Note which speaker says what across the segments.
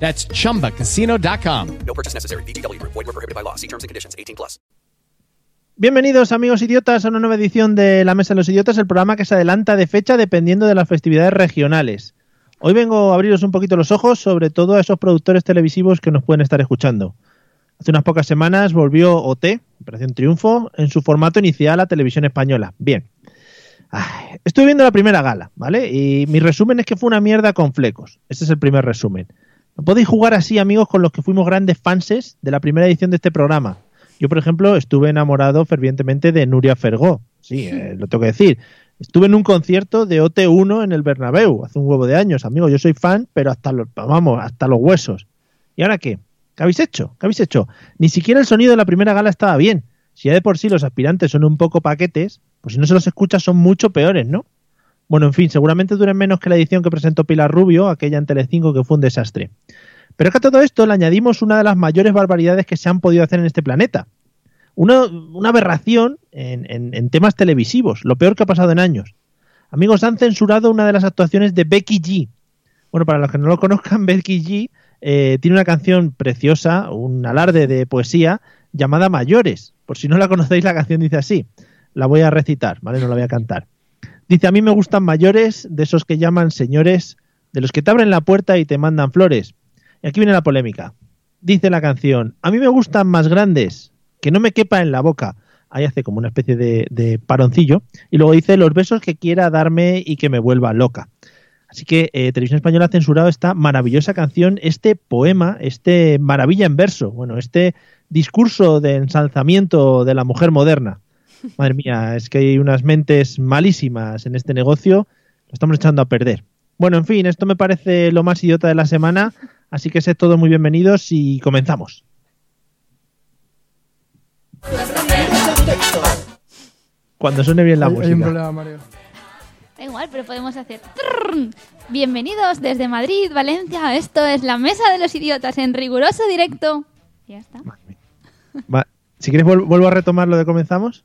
Speaker 1: That's chumbacasino.com.
Speaker 2: No purchase necessary. VGW Group. Void were prohibited by law. See terms and conditions. 18 plus.
Speaker 3: Bienvenidos amigos idiotas a una nueva edición de La Mesa de los Idiotas, el programa que se adelanta de fecha dependiendo de las festividades regionales. Hoy vengo a abriros un poquito los ojos, sobre todo a esos productores televisivos que nos pueden estar escuchando. Hace unas pocas semanas volvió OT, Operación Triunfo, en su formato inicial a televisión española. Bien. Ay, estuve viendo la primera gala, ¿vale? Y mi resumen es que fue una mierda con flecos. Ese es el primer resumen. Podéis jugar así, amigos, con los que fuimos grandes fanses de la primera edición de este programa. Yo, por ejemplo, estuve enamorado fervientemente de Nuria Fergó. Sí, eh, lo tengo que decir. Estuve en un concierto de OT1 en el Bernabéu hace un huevo de años, amigos. Yo soy fan, pero hasta los, vamos, hasta los huesos. ¿Y ahora qué? ¿Qué habéis hecho? ¿Qué habéis hecho? Ni siquiera el sonido de la primera gala estaba bien. Si ya de por sí los aspirantes son un poco paquetes, pues si no se los escucha son mucho peores, ¿no? Bueno, en fin, seguramente duren menos que la edición que presentó Pilar Rubio, aquella en Telecinco que fue un desastre. Pero es que a todo esto le añadimos una de las mayores barbaridades que se han podido hacer en este planeta. Una, una aberración en, en- en temas televisivos, lo peor que ha pasado en años. Amigos, han censurado una de las actuaciones de Becky G. Bueno, para los que no lo conozcan, Becky G eh, tiene una canción preciosa, un alarde de poesía, llamada Mayores. Por si no la conocéis, la canción dice así. La voy a recitar, ¿vale? No la voy a cantar. Dice, a mí me gustan mayores, de esos que llaman señores, de los que te abren la puerta y te mandan flores. Y aquí viene la polémica. Dice la canción, a mí me gustan más grandes, que no me quepa en la boca. Ahí hace como una especie de, de paroncillo. Y luego dice, los besos que quiera darme y que me vuelva loca. Así que eh, Televisión Española ha censurado esta maravillosa canción, este poema, este maravilla en verso, bueno, este discurso de ensalzamiento de la mujer moderna. Madre mía, es que hay unas mentes malísimas en este negocio. Lo estamos echando a perder. Bueno, en fin, esto me parece lo más idiota de la semana. Así que sed todos muy bienvenidos y comenzamos. Cuando suene bien la
Speaker 4: hay, hay un
Speaker 3: música.
Speaker 4: problema, Mario.
Speaker 5: Da igual, pero podemos hacer. trrrn. Bienvenidos desde Madrid, Valencia. Esto es la Mesa de los Idiotas en riguroso directo. Ya está.
Speaker 3: Va, Si quieres, vuel- vuelvo a retomar lo de comenzamos.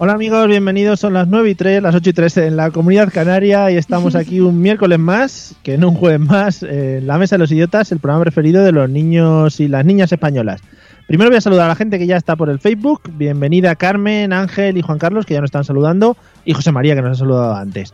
Speaker 3: Hola amigos, bienvenidos. Son las 9 y 3, las 8 y 3 en la comunidad canaria y estamos aquí un miércoles más, que no un jueves más, eh, en la Mesa de los Idiotas, el programa preferido de los niños y las niñas españolas. Primero voy a saludar a la gente que ya está por el Facebook. Bienvenida Carmen, Ángel y Juan Carlos, que ya nos están saludando, y José María, que nos ha saludado antes.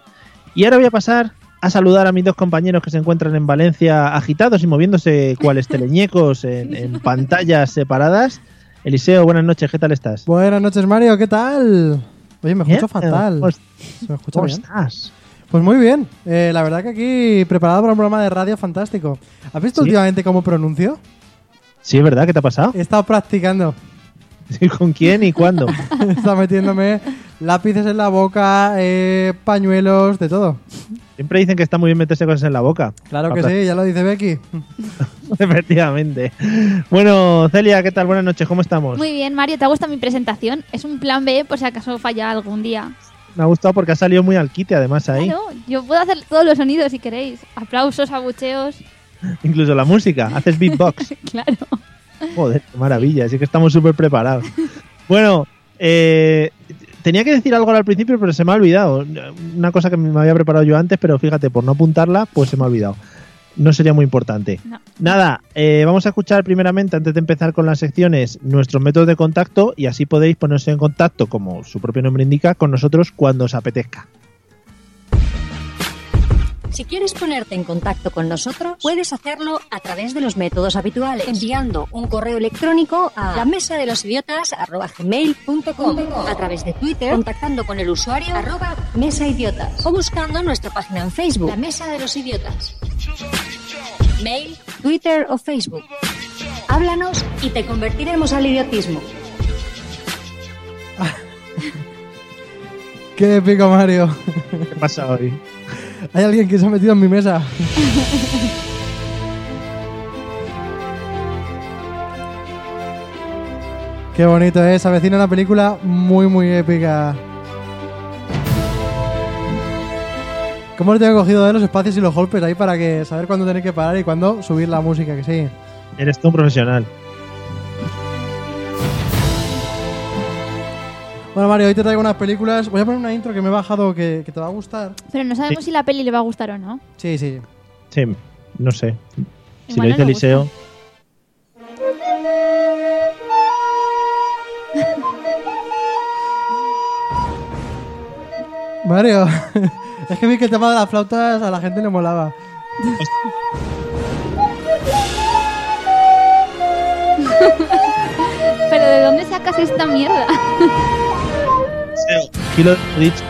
Speaker 3: Y ahora voy a pasar a saludar a mis dos compañeros que se encuentran en Valencia agitados y moviéndose cuales teleñecos en, en pantallas separadas. Eliseo, buenas noches, ¿qué tal estás? ¿Eh?
Speaker 4: Buenas noches, Mario, ¿qué tal? Oye, me escucho
Speaker 3: Bien, pues,
Speaker 4: fatal.
Speaker 3: ¿cómo
Speaker 4: ¿Se me escucha
Speaker 3: ¿Cómo
Speaker 4: bien?
Speaker 3: estás?
Speaker 4: Pues muy bien. Eh, la verdad que aquí preparado para un programa de radio fantástico. ¿Has visto
Speaker 3: Sí.
Speaker 4: últimamente cómo pronuncio?
Speaker 3: Sí, es verdad, ¿qué te ha pasado?
Speaker 4: He estado practicando.
Speaker 3: Sí, ¿Con quién y cuándo?
Speaker 4: He estado metiéndome lápices en la boca, eh, pañuelos, de todo.
Speaker 3: Siempre dicen que está muy bien meterse cosas en la boca.
Speaker 4: Claro que sí, ya lo dice Becky.
Speaker 3: Efectivamente. Bueno, Celia, ¿qué tal? Buenas noches, ¿cómo estamos?
Speaker 5: Muy bien, Mario, ¿te ha gustado mi presentación? Es un plan B por si acaso falla algún día.
Speaker 3: Me ha gustado porque ha salido muy al quite, además, ahí.
Speaker 5: Claro, yo puedo hacer todos los sonidos si queréis. Aplausos, abucheos.
Speaker 3: Incluso la música. Haces beatbox.
Speaker 5: Claro.
Speaker 3: Joder, qué maravilla. Así que estamos súper preparados. Bueno, eh, tenía que decir algo ahora al principio, pero se me ha olvidado. Una cosa que me había preparado yo antes, pero fíjate, por no apuntarla, pues se me ha olvidado. no sería muy importante.
Speaker 5: No.
Speaker 3: Nada, eh, vamos a escuchar primeramente, antes de empezar con las secciones, nuestros métodos de contacto y así podéis ponerse en contacto, como su propio nombre indica, con nosotros cuando os apetezca.
Speaker 6: Si quieres ponerte en contacto con nosotros, puedes hacerlo a través de los métodos habituales, enviando un correo electrónico a la mesa de los idiotas a través de Twitter, contactando con el usuario arroba mesa idiotas o buscando nuestra página en Facebook, la mesa de los idiotas. Mail, Twitter o Facebook. Háblanos y te convertiremos al idiotismo.
Speaker 4: Qué épico, Mario.
Speaker 3: ¿Qué pasa hoy?
Speaker 4: Hay alguien que se ha metido en mi mesa. Qué bonito, ¿eh? Se avecina una película muy, muy épica. ¿Cómo lo tengo cogido de los espacios y los golpes ahí para que saber cuándo tener que parar y cuándo subir la música? Que sí.
Speaker 3: Eres tú un profesional.
Speaker 4: Bueno, Mario, hoy te traigo unas películas. Voy a poner una intro que me he bajado que, que te va a gustar.
Speaker 5: Pero no sabemos si la peli le va a gustar o no.
Speaker 4: Sí, sí.
Speaker 3: Sí, no sé. Si
Speaker 5: Igual
Speaker 3: lo
Speaker 5: no
Speaker 3: dice
Speaker 5: le gusta.
Speaker 3: Eliseo.
Speaker 4: Mario, es que vi que el tema de las flautas a la gente le molaba.
Speaker 5: Pero ¿de dónde sacas esta mierda?
Speaker 3: Aquí lo he dicho.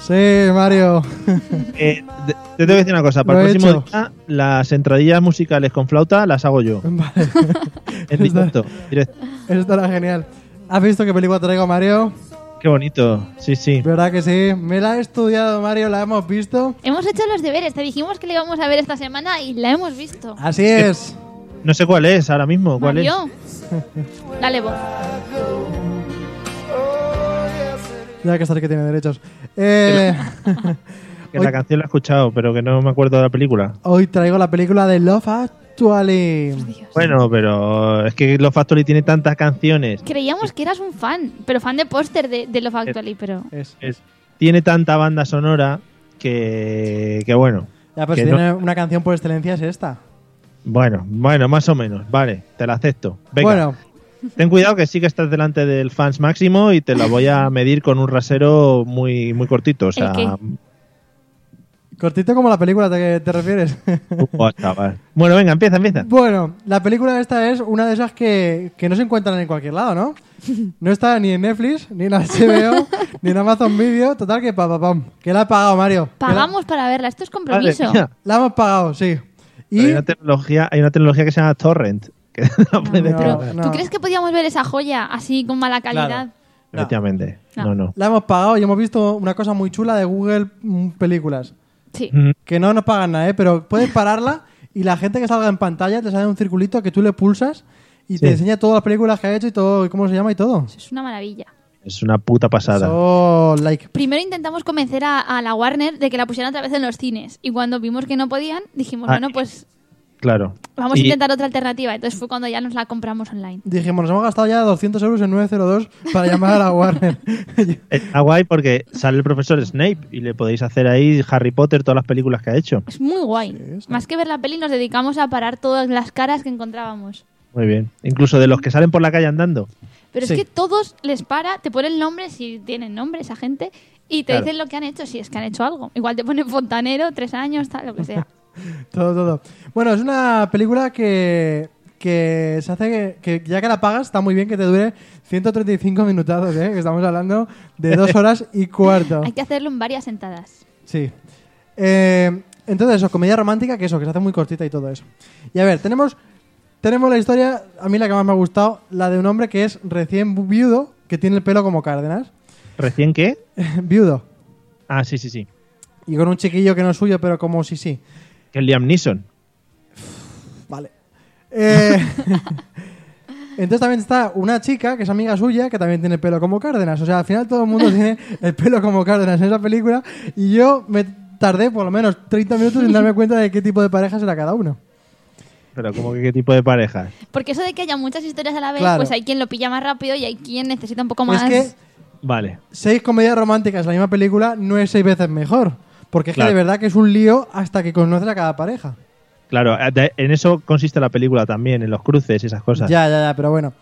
Speaker 4: Sí, Mario.
Speaker 3: Eh, te- te tengo que decir una cosa. Para
Speaker 4: Lo
Speaker 3: el
Speaker 4: he
Speaker 3: próximo
Speaker 4: hecho.
Speaker 3: día, las entradillas musicales con flauta las hago yo.
Speaker 4: Vale,
Speaker 3: En directo. directo.
Speaker 4: eso estará genial. ¿Has visto qué película traigo, Mario?
Speaker 3: Qué bonito. Sí, sí.
Speaker 4: ¿Verdad que sí? Me la he estudiado, Mario, la hemos visto.
Speaker 5: Hemos hecho los deberes, te dijimos que la íbamos a ver esta semana y la hemos visto.
Speaker 4: Así es.
Speaker 3: No sé cuál es ahora mismo. ¿Cuál es?
Speaker 5: Mario. Dale voz.
Speaker 4: Ya que estar que tiene derechos. Eh,
Speaker 3: Que la
Speaker 4: Hoy-
Speaker 3: canción la he escuchado, pero que no me acuerdo de la película.
Speaker 4: hoy traigo la película de Love Actually.
Speaker 3: Bueno, pero es que Los Factory tiene tantas canciones,
Speaker 5: Creíamos que eras un fan, pero fan de póster de, de Love Actually, pero...
Speaker 4: Es.
Speaker 3: es- tiene tanta banda sonora que, que bueno.
Speaker 4: Ya, pero
Speaker 3: Que
Speaker 4: si
Speaker 3: no-
Speaker 4: tiene una canción por excelencia es esta.
Speaker 3: Bueno, bueno, más o menos. Vale, te la acepto. Venga,
Speaker 4: Bueno,
Speaker 3: ten cuidado que sí que estás delante del fans máximo y te la voy a medir con un rasero muy, muy cortito. O sea,
Speaker 5: ¿El qué?
Speaker 4: cortito como la película ¿te- que te refieres.
Speaker 3: Buah, chaval. Bueno, venga, empieza, empieza.
Speaker 4: Bueno, la película esta es una de esas que, que no se encuentran en cualquier lado, ¿no? No está ni en Netflix, ni en HBO, ni en Amazon Video. Total que pa, pa, pam. Que la ha pagado, Mario. Que la-
Speaker 5: Pagamos para verla, esto es
Speaker 3: Madre
Speaker 5: compromiso.
Speaker 3: mía.
Speaker 4: La, hemos pagado, sí.
Speaker 3: Hay,
Speaker 4: Y...
Speaker 3: una tecnología, hay una tecnología que se llama Torrent. Que la puedes
Speaker 4: no,
Speaker 5: Pero,
Speaker 3: cargar.
Speaker 4: no.
Speaker 5: ¿Tú crees que podíamos ver esa joya así con mala calidad?
Speaker 3: Efectivamente.
Speaker 5: No.
Speaker 3: No, no.
Speaker 4: La hemos pagado y hemos visto una cosa muy chula de Google mm, Películas.
Speaker 5: Sí.
Speaker 3: Mm,
Speaker 4: Que no nos pagan nada, ¿eh? Pero puedes pararla y la gente que salga en pantalla te sale un circulito que tú le pulsas y te
Speaker 3: Sí.
Speaker 4: enseña todas las películas que ha hecho y todo, y cómo se llama y todo.
Speaker 5: Eso es una maravilla.
Speaker 3: Es una puta pasada.
Speaker 4: So, like.
Speaker 5: Primero intentamos convencer a, a la Warner de que la pusieran otra vez en los cines. Y cuando vimos que no podían, dijimos,
Speaker 3: Ah,
Speaker 5: bueno, pues
Speaker 3: Claro.
Speaker 5: vamos a
Speaker 3: Y-
Speaker 5: intentar otra alternativa. Entonces fue cuando ya nos la compramos online.
Speaker 4: Dijimos, nos hemos gastado ya 200 euros en 902 para llamar a la Warner.
Speaker 3: Está guay porque sale el profesor Snape y le podéis hacer ahí Harry Potter, todas las películas que ha hecho.
Speaker 5: Es muy guay.
Speaker 4: está.
Speaker 5: Más que ver la peli, nos dedicamos a parar todas las caras que encontrábamos.
Speaker 3: Muy bien. Incluso de los que salen por la calle andando.
Speaker 5: Pero
Speaker 4: Sí.
Speaker 5: es que todos les para, te ponen nombre si tienen nombre esa gente, y te
Speaker 3: Claro.
Speaker 5: dicen lo que han hecho, si es que han hecho algo. Igual te ponen fontanero, tres años, tal, lo que sea.
Speaker 4: todo, todo. Bueno, es una película que, que se hace que, que ya que la pagas está muy bien que te dure 135 minutazos, ¿eh? Que estamos hablando de dos horas y cuarto.
Speaker 5: Hay que hacerlo en varias sentadas.
Speaker 4: Sí. Eh, entonces, eso, comedia romántica, que eso, que se hace muy cortita y todo eso. Y a ver, tenemos, tenemos la historia, a mí la que más me ha gustado, la de un hombre que es recién viudo, que tiene el pelo como Cárdenas.
Speaker 3: ¿Recién qué?
Speaker 4: viudo.
Speaker 3: Ah, sí, sí, sí.
Speaker 4: Y con un chiquillo que no es suyo, pero como sí, sí.
Speaker 3: Que es Liam Neeson.
Speaker 4: Vale. Eh, entonces también está una chica que es amiga suya que también tiene el pelo como Cárdenas. O sea, al final todo el mundo tiene el pelo como Cárdenas en esa película. Y yo me tardé por lo menos 30 minutos en darme cuenta de qué tipo de parejas era cada uno.
Speaker 3: Pero como que qué tipo de parejas.
Speaker 5: Porque eso de que haya muchas historias a la vez,
Speaker 4: Claro. Pues
Speaker 5: pues hay quien lo pilla más rápido y hay quien necesita un poco
Speaker 4: Es
Speaker 5: más.
Speaker 4: que
Speaker 3: Vale.
Speaker 4: seis comedias románticas en la misma película no es seis veces mejor. Porque es
Speaker 3: Claro.
Speaker 4: que de verdad que es un lío hasta que conoces a cada pareja.
Speaker 3: Claro, de- en eso consiste la película también, en los cruces y esas cosas.
Speaker 4: Ya, ya, ya, pero bueno.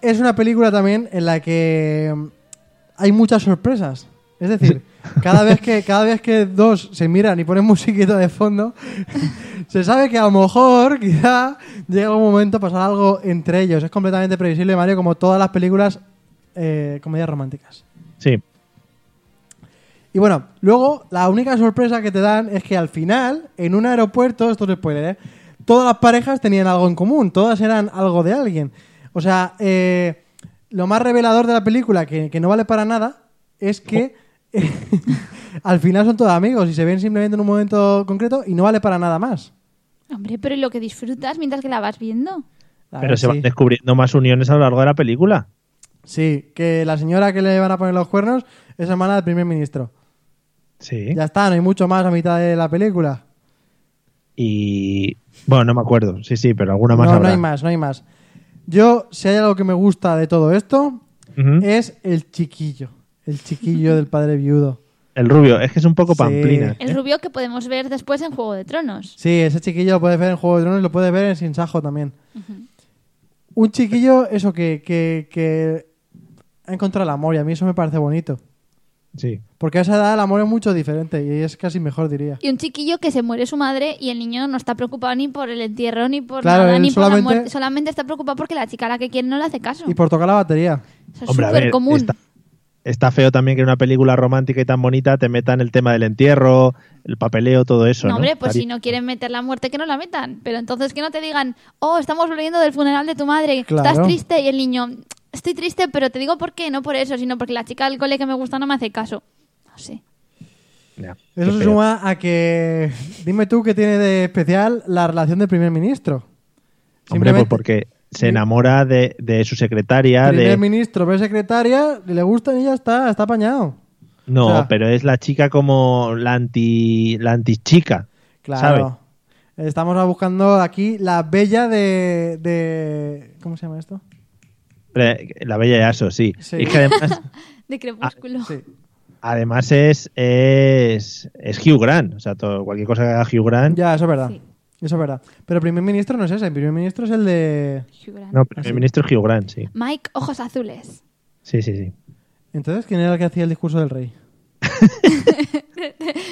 Speaker 4: es una película también en la que mm, hay muchas sorpresas. Es decir, cada vez que, cada vez que dos se miran y ponen musiquita de fondo, se sabe que a lo mejor, quizá, llega un momento pasar algo entre ellos. Es completamente previsible, Mario, como todas las películas eh, comedias románticas.
Speaker 3: Sí.
Speaker 4: Y bueno, luego la única sorpresa que te dan es que al final, en un aeropuerto, esto es spoiler, ¿eh? todas las parejas tenían algo en común, todas eran algo de alguien. O sea, eh, lo más revelador de la película, que, que no vale para nada, es que al final son todos amigos y se ven simplemente en un momento concreto y no vale para nada más.
Speaker 5: Hombre, pero ¿y lo que disfrutas mientras que la vas viendo?
Speaker 4: A
Speaker 3: Pero
Speaker 4: ver,
Speaker 3: se van
Speaker 4: sí.
Speaker 3: descubriendo más uniones a lo largo de la película.
Speaker 4: Sí, que la señora que le van a poner los cuernos es hermana del primer ministro.
Speaker 3: Sí.
Speaker 4: Ya está, no hay mucho más a mitad de la película.
Speaker 3: Y. Bueno, no me acuerdo. Sí, sí, pero alguna más
Speaker 4: no,
Speaker 3: habrá.
Speaker 4: no hay más, no hay más. Yo, si hay algo que me gusta de todo esto,
Speaker 3: Ujú.
Speaker 4: es el chiquillo. El chiquillo del padre viudo.
Speaker 3: El rubio, es que es un poco
Speaker 4: Sí.
Speaker 3: pamplina.
Speaker 4: ¿Eh?
Speaker 5: El rubio que podemos ver después en Juego de Tronos.
Speaker 4: Sí, ese chiquillo lo puedes ver en Juego de Tronos y lo puedes ver en Sin Sajo también. Un chiquillo, eso, que, que, que ha encontrado el amor y a mí eso me parece bonito.
Speaker 3: Sí.
Speaker 4: Porque a esa edad el amor es mucho diferente y es casi mejor, diría.
Speaker 5: Y un chiquillo que se muere su madre y el niño no está preocupado ni por el entierro, ni por
Speaker 4: Claro,
Speaker 5: nada,
Speaker 4: él
Speaker 5: ni por la
Speaker 4: solamente-
Speaker 5: muerte. Solamente está preocupado porque la chica a la que quiere no le hace caso.
Speaker 4: Y por tocar la batería.
Speaker 5: Eso es
Speaker 3: Hombre, a ver,
Speaker 5: súper común.
Speaker 3: Está, está feo también que en una película romántica y tan bonita te metan el tema del entierro, el papeleo, todo eso.
Speaker 5: No,
Speaker 3: No,
Speaker 5: hombre, pues
Speaker 3: Tari-
Speaker 5: si no quieren meter la muerte, que no la metan. Pero entonces que no te digan, oh, estamos volviendo del funeral de tu madre,
Speaker 4: Claro.
Speaker 5: estás triste. Y el niño, estoy triste, pero te digo por qué, no por eso, sino porque la chica del cole que me gusta no me hace caso. No sé.
Speaker 3: Ya,
Speaker 4: Eso
Speaker 3: qué
Speaker 4: se
Speaker 3: feo.
Speaker 4: suma a que... Dime tú qué tiene de especial la relación del primer ministro.
Speaker 3: Hombre, pues
Speaker 4: Simplemente-
Speaker 3: porque se enamora de, de su secretaria.
Speaker 4: primer
Speaker 3: De...
Speaker 4: ministro, pero secretaria, le gusta y ya está, está apañado.
Speaker 3: No,
Speaker 4: o sea-
Speaker 3: pero es la chica como la anti la antichica.
Speaker 4: Claro. Estamos buscando aquí la bella de, de- ¿Cómo se llama esto?
Speaker 3: ¿sabes? Eh, La bella de Aso, sí.
Speaker 4: Sí.
Speaker 3: Y es que además,
Speaker 5: De crepúsculo.
Speaker 4: Ah, Sí.
Speaker 3: además es, es, es Hugh Grant. O sea, todo- cualquier cosa que haga Hugh Grant.
Speaker 4: Ya, eso es verdad.
Speaker 5: Sí.
Speaker 4: Eso es verdad. Pero el primer ministro no es ese, el primer ministro es el de...
Speaker 5: Hugh Grant.
Speaker 3: No, pero el ministro es Hugh Grant, sí.
Speaker 5: Mike, ojos azules.
Speaker 3: Sí, sí, sí.
Speaker 4: Entonces, ¿quién era el que hacía el discurso del rey?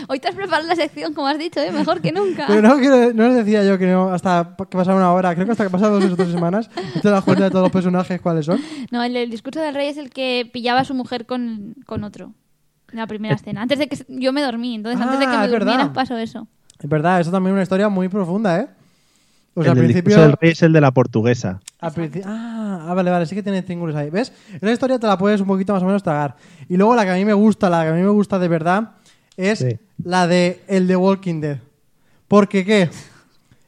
Speaker 5: Hoy te has preparado la sección, como has dicho, ¿eh? mejor que nunca.
Speaker 4: Pero no, quiero- no les decía yo que no, hasta que pasaba una hora, creo que hasta que pasaron dos o tres semanas, no te das cuenta de todos los personajes cuáles son.
Speaker 5: No, el, el discurso del rey es el que pillaba a su mujer con, con otro. En la primera escena. Antes de que se- yo me dormí, entonces antes de que
Speaker 4: Ah,
Speaker 5: me
Speaker 4: es verdad.
Speaker 5: durmieras pasó eso.
Speaker 4: Es verdad, eso también es una historia muy profunda, ¿eh? O sea,
Speaker 3: el del
Speaker 4: al principio...
Speaker 3: discurso del rey es el de la portuguesa.
Speaker 4: Al princi- ah, ah, vale, vale, sí que tiene triángulos ahí. ¿Ves? Esa historia te la puedes un poquito más o menos tragar. Y luego la que a mí me gusta, la que a mí me gusta de verdad, es
Speaker 3: Sí.
Speaker 4: la de el de Walking Dead. Porque qué?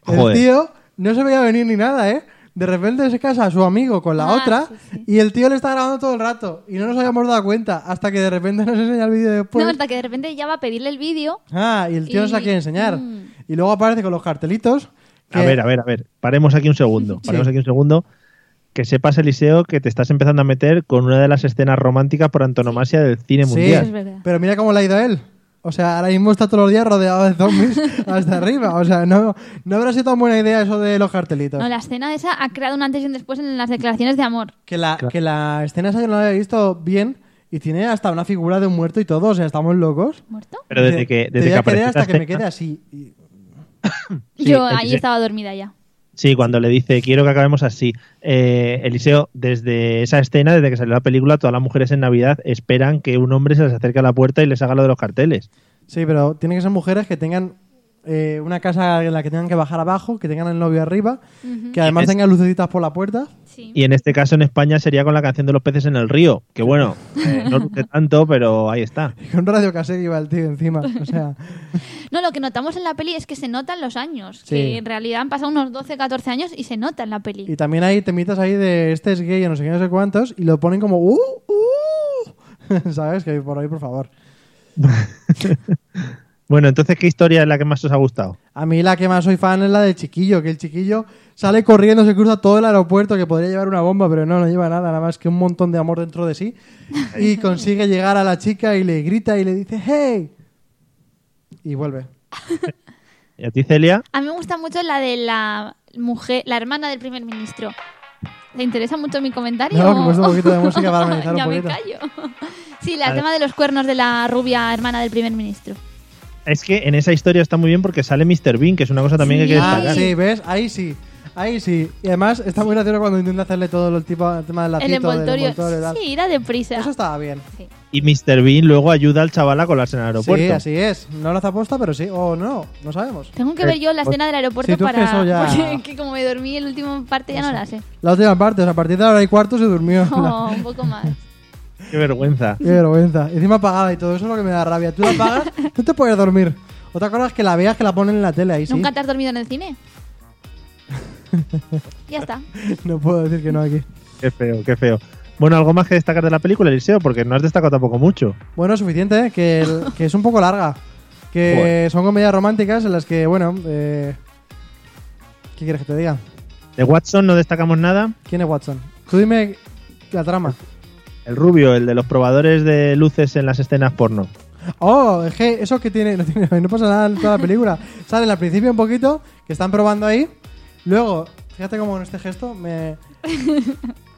Speaker 3: Joder.
Speaker 4: El tío no se veía venir ni nada, ¿eh? De repente se casa a su amigo con la
Speaker 5: Ah,
Speaker 4: otra
Speaker 5: sí, sí.
Speaker 4: y el tío le está grabando todo el rato y no nos habíamos dado cuenta hasta que de repente nos enseña el vídeo después.
Speaker 5: no, hasta que de repente ella va a pedirle el vídeo.
Speaker 4: Ah, y el tío nos la
Speaker 5: Y-
Speaker 4: quiere enseñar.
Speaker 5: mm.
Speaker 4: Y luego aparece con los cartelitos.
Speaker 3: A
Speaker 4: que-
Speaker 3: ver, a ver, a ver. Paremos aquí un segundo. Paremos aquí un segundo. Que sepas, Eliseo, que te estás empezando a meter con una de las escenas románticas por antonomasia del cine
Speaker 4: Sí,
Speaker 3: mundial.
Speaker 5: es verdad.
Speaker 4: pero mira cómo le ha ido a él. O sea, ahora mismo está todos los días rodeado de zombies hasta arriba. O sea, no, no habrá sido tan buena idea eso de los cartelitos.
Speaker 5: No, la escena esa ha creado un antes y un después en las declaraciones de amor.
Speaker 4: Que, la, que la escena esa yo no la había visto bien y tiene hasta una figura de un muerto y todo. O sea, estamos locos.
Speaker 5: ¿Muerto?
Speaker 3: Pero desde
Speaker 4: Dice,
Speaker 3: que,
Speaker 4: Te
Speaker 3: desde que
Speaker 4: voy a querer
Speaker 3: apareció
Speaker 4: hasta
Speaker 3: la
Speaker 4: que me
Speaker 3: escena-
Speaker 4: quede así. Y-
Speaker 3: Sí,
Speaker 5: yo
Speaker 3: el
Speaker 5: ahí
Speaker 3: dise-
Speaker 5: estaba dormida ya.
Speaker 3: Sí, cuando le dice, quiero que acabemos así. Eh, Eliseo, desde esa escena, desde que salió la película, todas las mujeres en Navidad esperan que un hombre se les acerque a la puerta y les haga lo de los carteles.
Speaker 4: Sí, pero tienen que ser mujeres que tengan eh, una casa en la que tengan que bajar abajo, que tengan el novio arriba, que además
Speaker 3: Tienes-
Speaker 4: tengan lucecitas por la puerta.
Speaker 5: Sí.
Speaker 3: Y en este caso en España sería con la canción de los peces en el río, que bueno, eh, no luce tanto, pero ahí está.
Speaker 4: Y con radio cassette iba el tío encima. O sea,
Speaker 5: No, lo que notamos en la peli es que se notan los años.
Speaker 4: Sí.
Speaker 5: Que en realidad han pasado unos 12, 14 años y se nota en la peli.
Speaker 4: Y también hay temitas ahí de este es gay o no sé qué, no sé cuántos, y lo ponen como ¡Uh! ¡Uh! ¿Sabes? Que por ahí, por favor.
Speaker 3: Bueno, entonces, ¿qué historia es la que más os ha gustado?
Speaker 4: A mí la que más soy fan es la del chiquillo, que el chiquillo sale corriendo, se cruza todo el aeropuerto, que podría llevar una bomba, pero no, no lleva nada, nada más que un montón de amor dentro de sí. Y consigue llegar a la chica y le grita y le dice, ¡Hey! Y vuelve.
Speaker 3: ¿Y a ti, Celia?
Speaker 5: A mí me gusta mucho la de la mujer, la hermana del primer ministro. ¿Te interesa mucho mi comentario?
Speaker 4: No, que he puesto un poquito de música para amenizar un
Speaker 5: Ya me
Speaker 4: poquito.
Speaker 5: callo. Sí, la
Speaker 3: Vale.
Speaker 5: tema de los cuernos de la rubia hermana del primer ministro.
Speaker 3: Es que en esa historia está muy bien porque sale Mr. Bean, que es una cosa también que hay que
Speaker 4: Ah,
Speaker 3: destacar.
Speaker 4: sí, ¿ves? Ahí sí. Ahí sí. Y además está muy gracioso cuando intenta hacerle todo el, tipo, el tema del
Speaker 5: el
Speaker 4: lapito, del
Speaker 5: envoltorio.
Speaker 4: envoltorio y tal.
Speaker 5: Sí, era deprisa.
Speaker 4: Eso estaba bien.
Speaker 3: Y Mr. Bean luego ayuda al chaval a colarse en el aeropuerto.
Speaker 4: Sí, así es. No lo hace aposta, pero sí. O no, no sabemos.
Speaker 5: Tengo que ver yo la
Speaker 3: Eh, pues-
Speaker 5: escena del aeropuerto
Speaker 4: Sí, tú es que
Speaker 5: para.
Speaker 4: eso ya-
Speaker 5: Porque es que como me dormí el último parte ya no la sé.
Speaker 4: La última parte, o sea, a partir de la hora y cuarto se durmió.
Speaker 5: Oh, un poco más.
Speaker 3: Qué vergüenza.
Speaker 4: Qué vergüenza. Y Encima apagada y todo eso es lo que me da rabia. Tú la apagas, no te puedes dormir. Otra cosa es que la veas que la ponen en la tele ahí, sí.
Speaker 5: ¿Nunca te has dormido en el cine? ya está.
Speaker 4: No puedo decir que no aquí.
Speaker 3: Qué feo, qué feo. Bueno, algo más que destacar de la película, Eliseo, porque no has destacado tampoco mucho.
Speaker 4: Bueno, suficiente, ¿eh? que, el- que es un poco larga. Que
Speaker 3: Joder.
Speaker 4: son comedias románticas en las que, bueno, eh, ¿qué quieres que te diga?
Speaker 3: De Watson no destacamos nada.
Speaker 4: ¿Quién es Watson? Tú dime la trama.
Speaker 3: El rubio, el de los probadores de luces en las escenas porno.
Speaker 4: Oh, es que eso que tiene no, tiene- no pasa nada en toda la película. Salen al principio un poquito, que están probando ahí. Luego, fíjate cómo en este gesto me.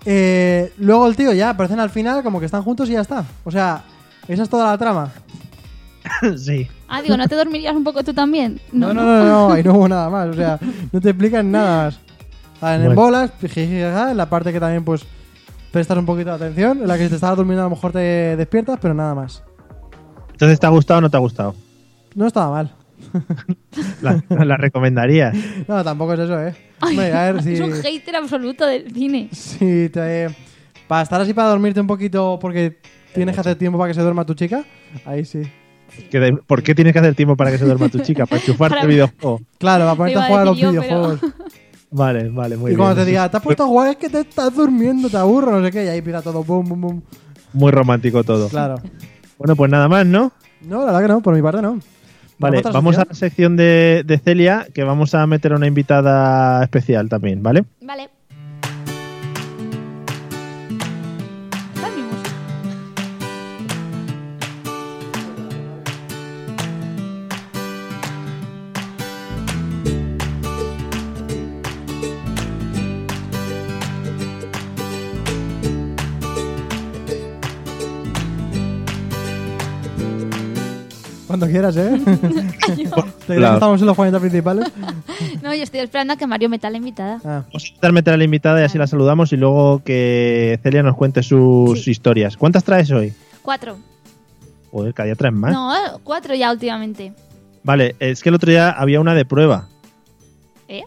Speaker 4: Eh, luego el tío ya aparecen al final, como que están juntos y ya está. O sea, esa es toda la trama.
Speaker 3: sí.
Speaker 5: Ah, digo, ¿no te dormirías un poco tú también?
Speaker 4: No, no, no, no, ahí no hubo nada más. O sea, no te explican nada más. Salen en
Speaker 3: Bueno.
Speaker 4: bolas, jiji, jaja, en la parte que también, pues, prestas un poquito de atención. En la que si te estabas durmiendo, a lo mejor te despiertas, pero nada más.
Speaker 3: Entonces, ¿te ha gustado o no te ha gustado?
Speaker 4: No estaba mal.
Speaker 3: La, la recomendaría.
Speaker 4: No, tampoco es eso, ¿eh? Hombre, a ver si.
Speaker 5: Es un hater absoluto del cine.
Speaker 4: Sí, te- para estar así para dormirte un poquito porque tienes que hacer tiempo para que se duerma tu chica, ahí sí.
Speaker 3: Que de- ¿Por qué tienes que hacer tiempo para que se duerma tu chica? Para chuparte
Speaker 5: Para-
Speaker 3: el videojuego.
Speaker 4: Claro, va a ponerte
Speaker 5: iba
Speaker 4: a
Speaker 5: a
Speaker 4: jugar a los
Speaker 5: decir yo, pero-
Speaker 4: videojuegos.
Speaker 3: Vale, vale, muy
Speaker 4: y
Speaker 3: bien.
Speaker 4: cuando te
Speaker 3: Eso
Speaker 4: diga,
Speaker 3: es
Speaker 4: te has puesto a jugar, es que te estás durmiendo, te aburro, no sé qué, y ahí empieza todo, boom, boom, boom.
Speaker 3: Muy romántico todo.
Speaker 4: Claro.
Speaker 3: Bueno, pues nada más, ¿no?
Speaker 4: No, la verdad que no, por mi parte no.
Speaker 3: Vale,
Speaker 4: otra
Speaker 3: vamos a la
Speaker 4: sección?
Speaker 3: sección de, de Celia, que vamos a meter a una invitada especial también, ¿vale?
Speaker 5: Vale. Está mi música.
Speaker 4: Cuando quieras, ¿eh? ¿Te crees
Speaker 3: Claro.
Speaker 4: que estamos en los 40 principales?
Speaker 5: No, yo estoy esperando a que Mario meta la invitada.
Speaker 4: Ah,
Speaker 3: Vamos a intentar meter a la invitada y así la saludamos y luego que Celia nos cuente sus
Speaker 5: Sí.
Speaker 3: historias. ¿Cuántas traes hoy?
Speaker 5: Cuatro.
Speaker 3: Joder, cada día traes
Speaker 4: ¿Eh?
Speaker 3: más.
Speaker 5: No, cuatro ya últimamente.
Speaker 3: Vale, es que el otro día había una de prueba.
Speaker 5: ¿Eh?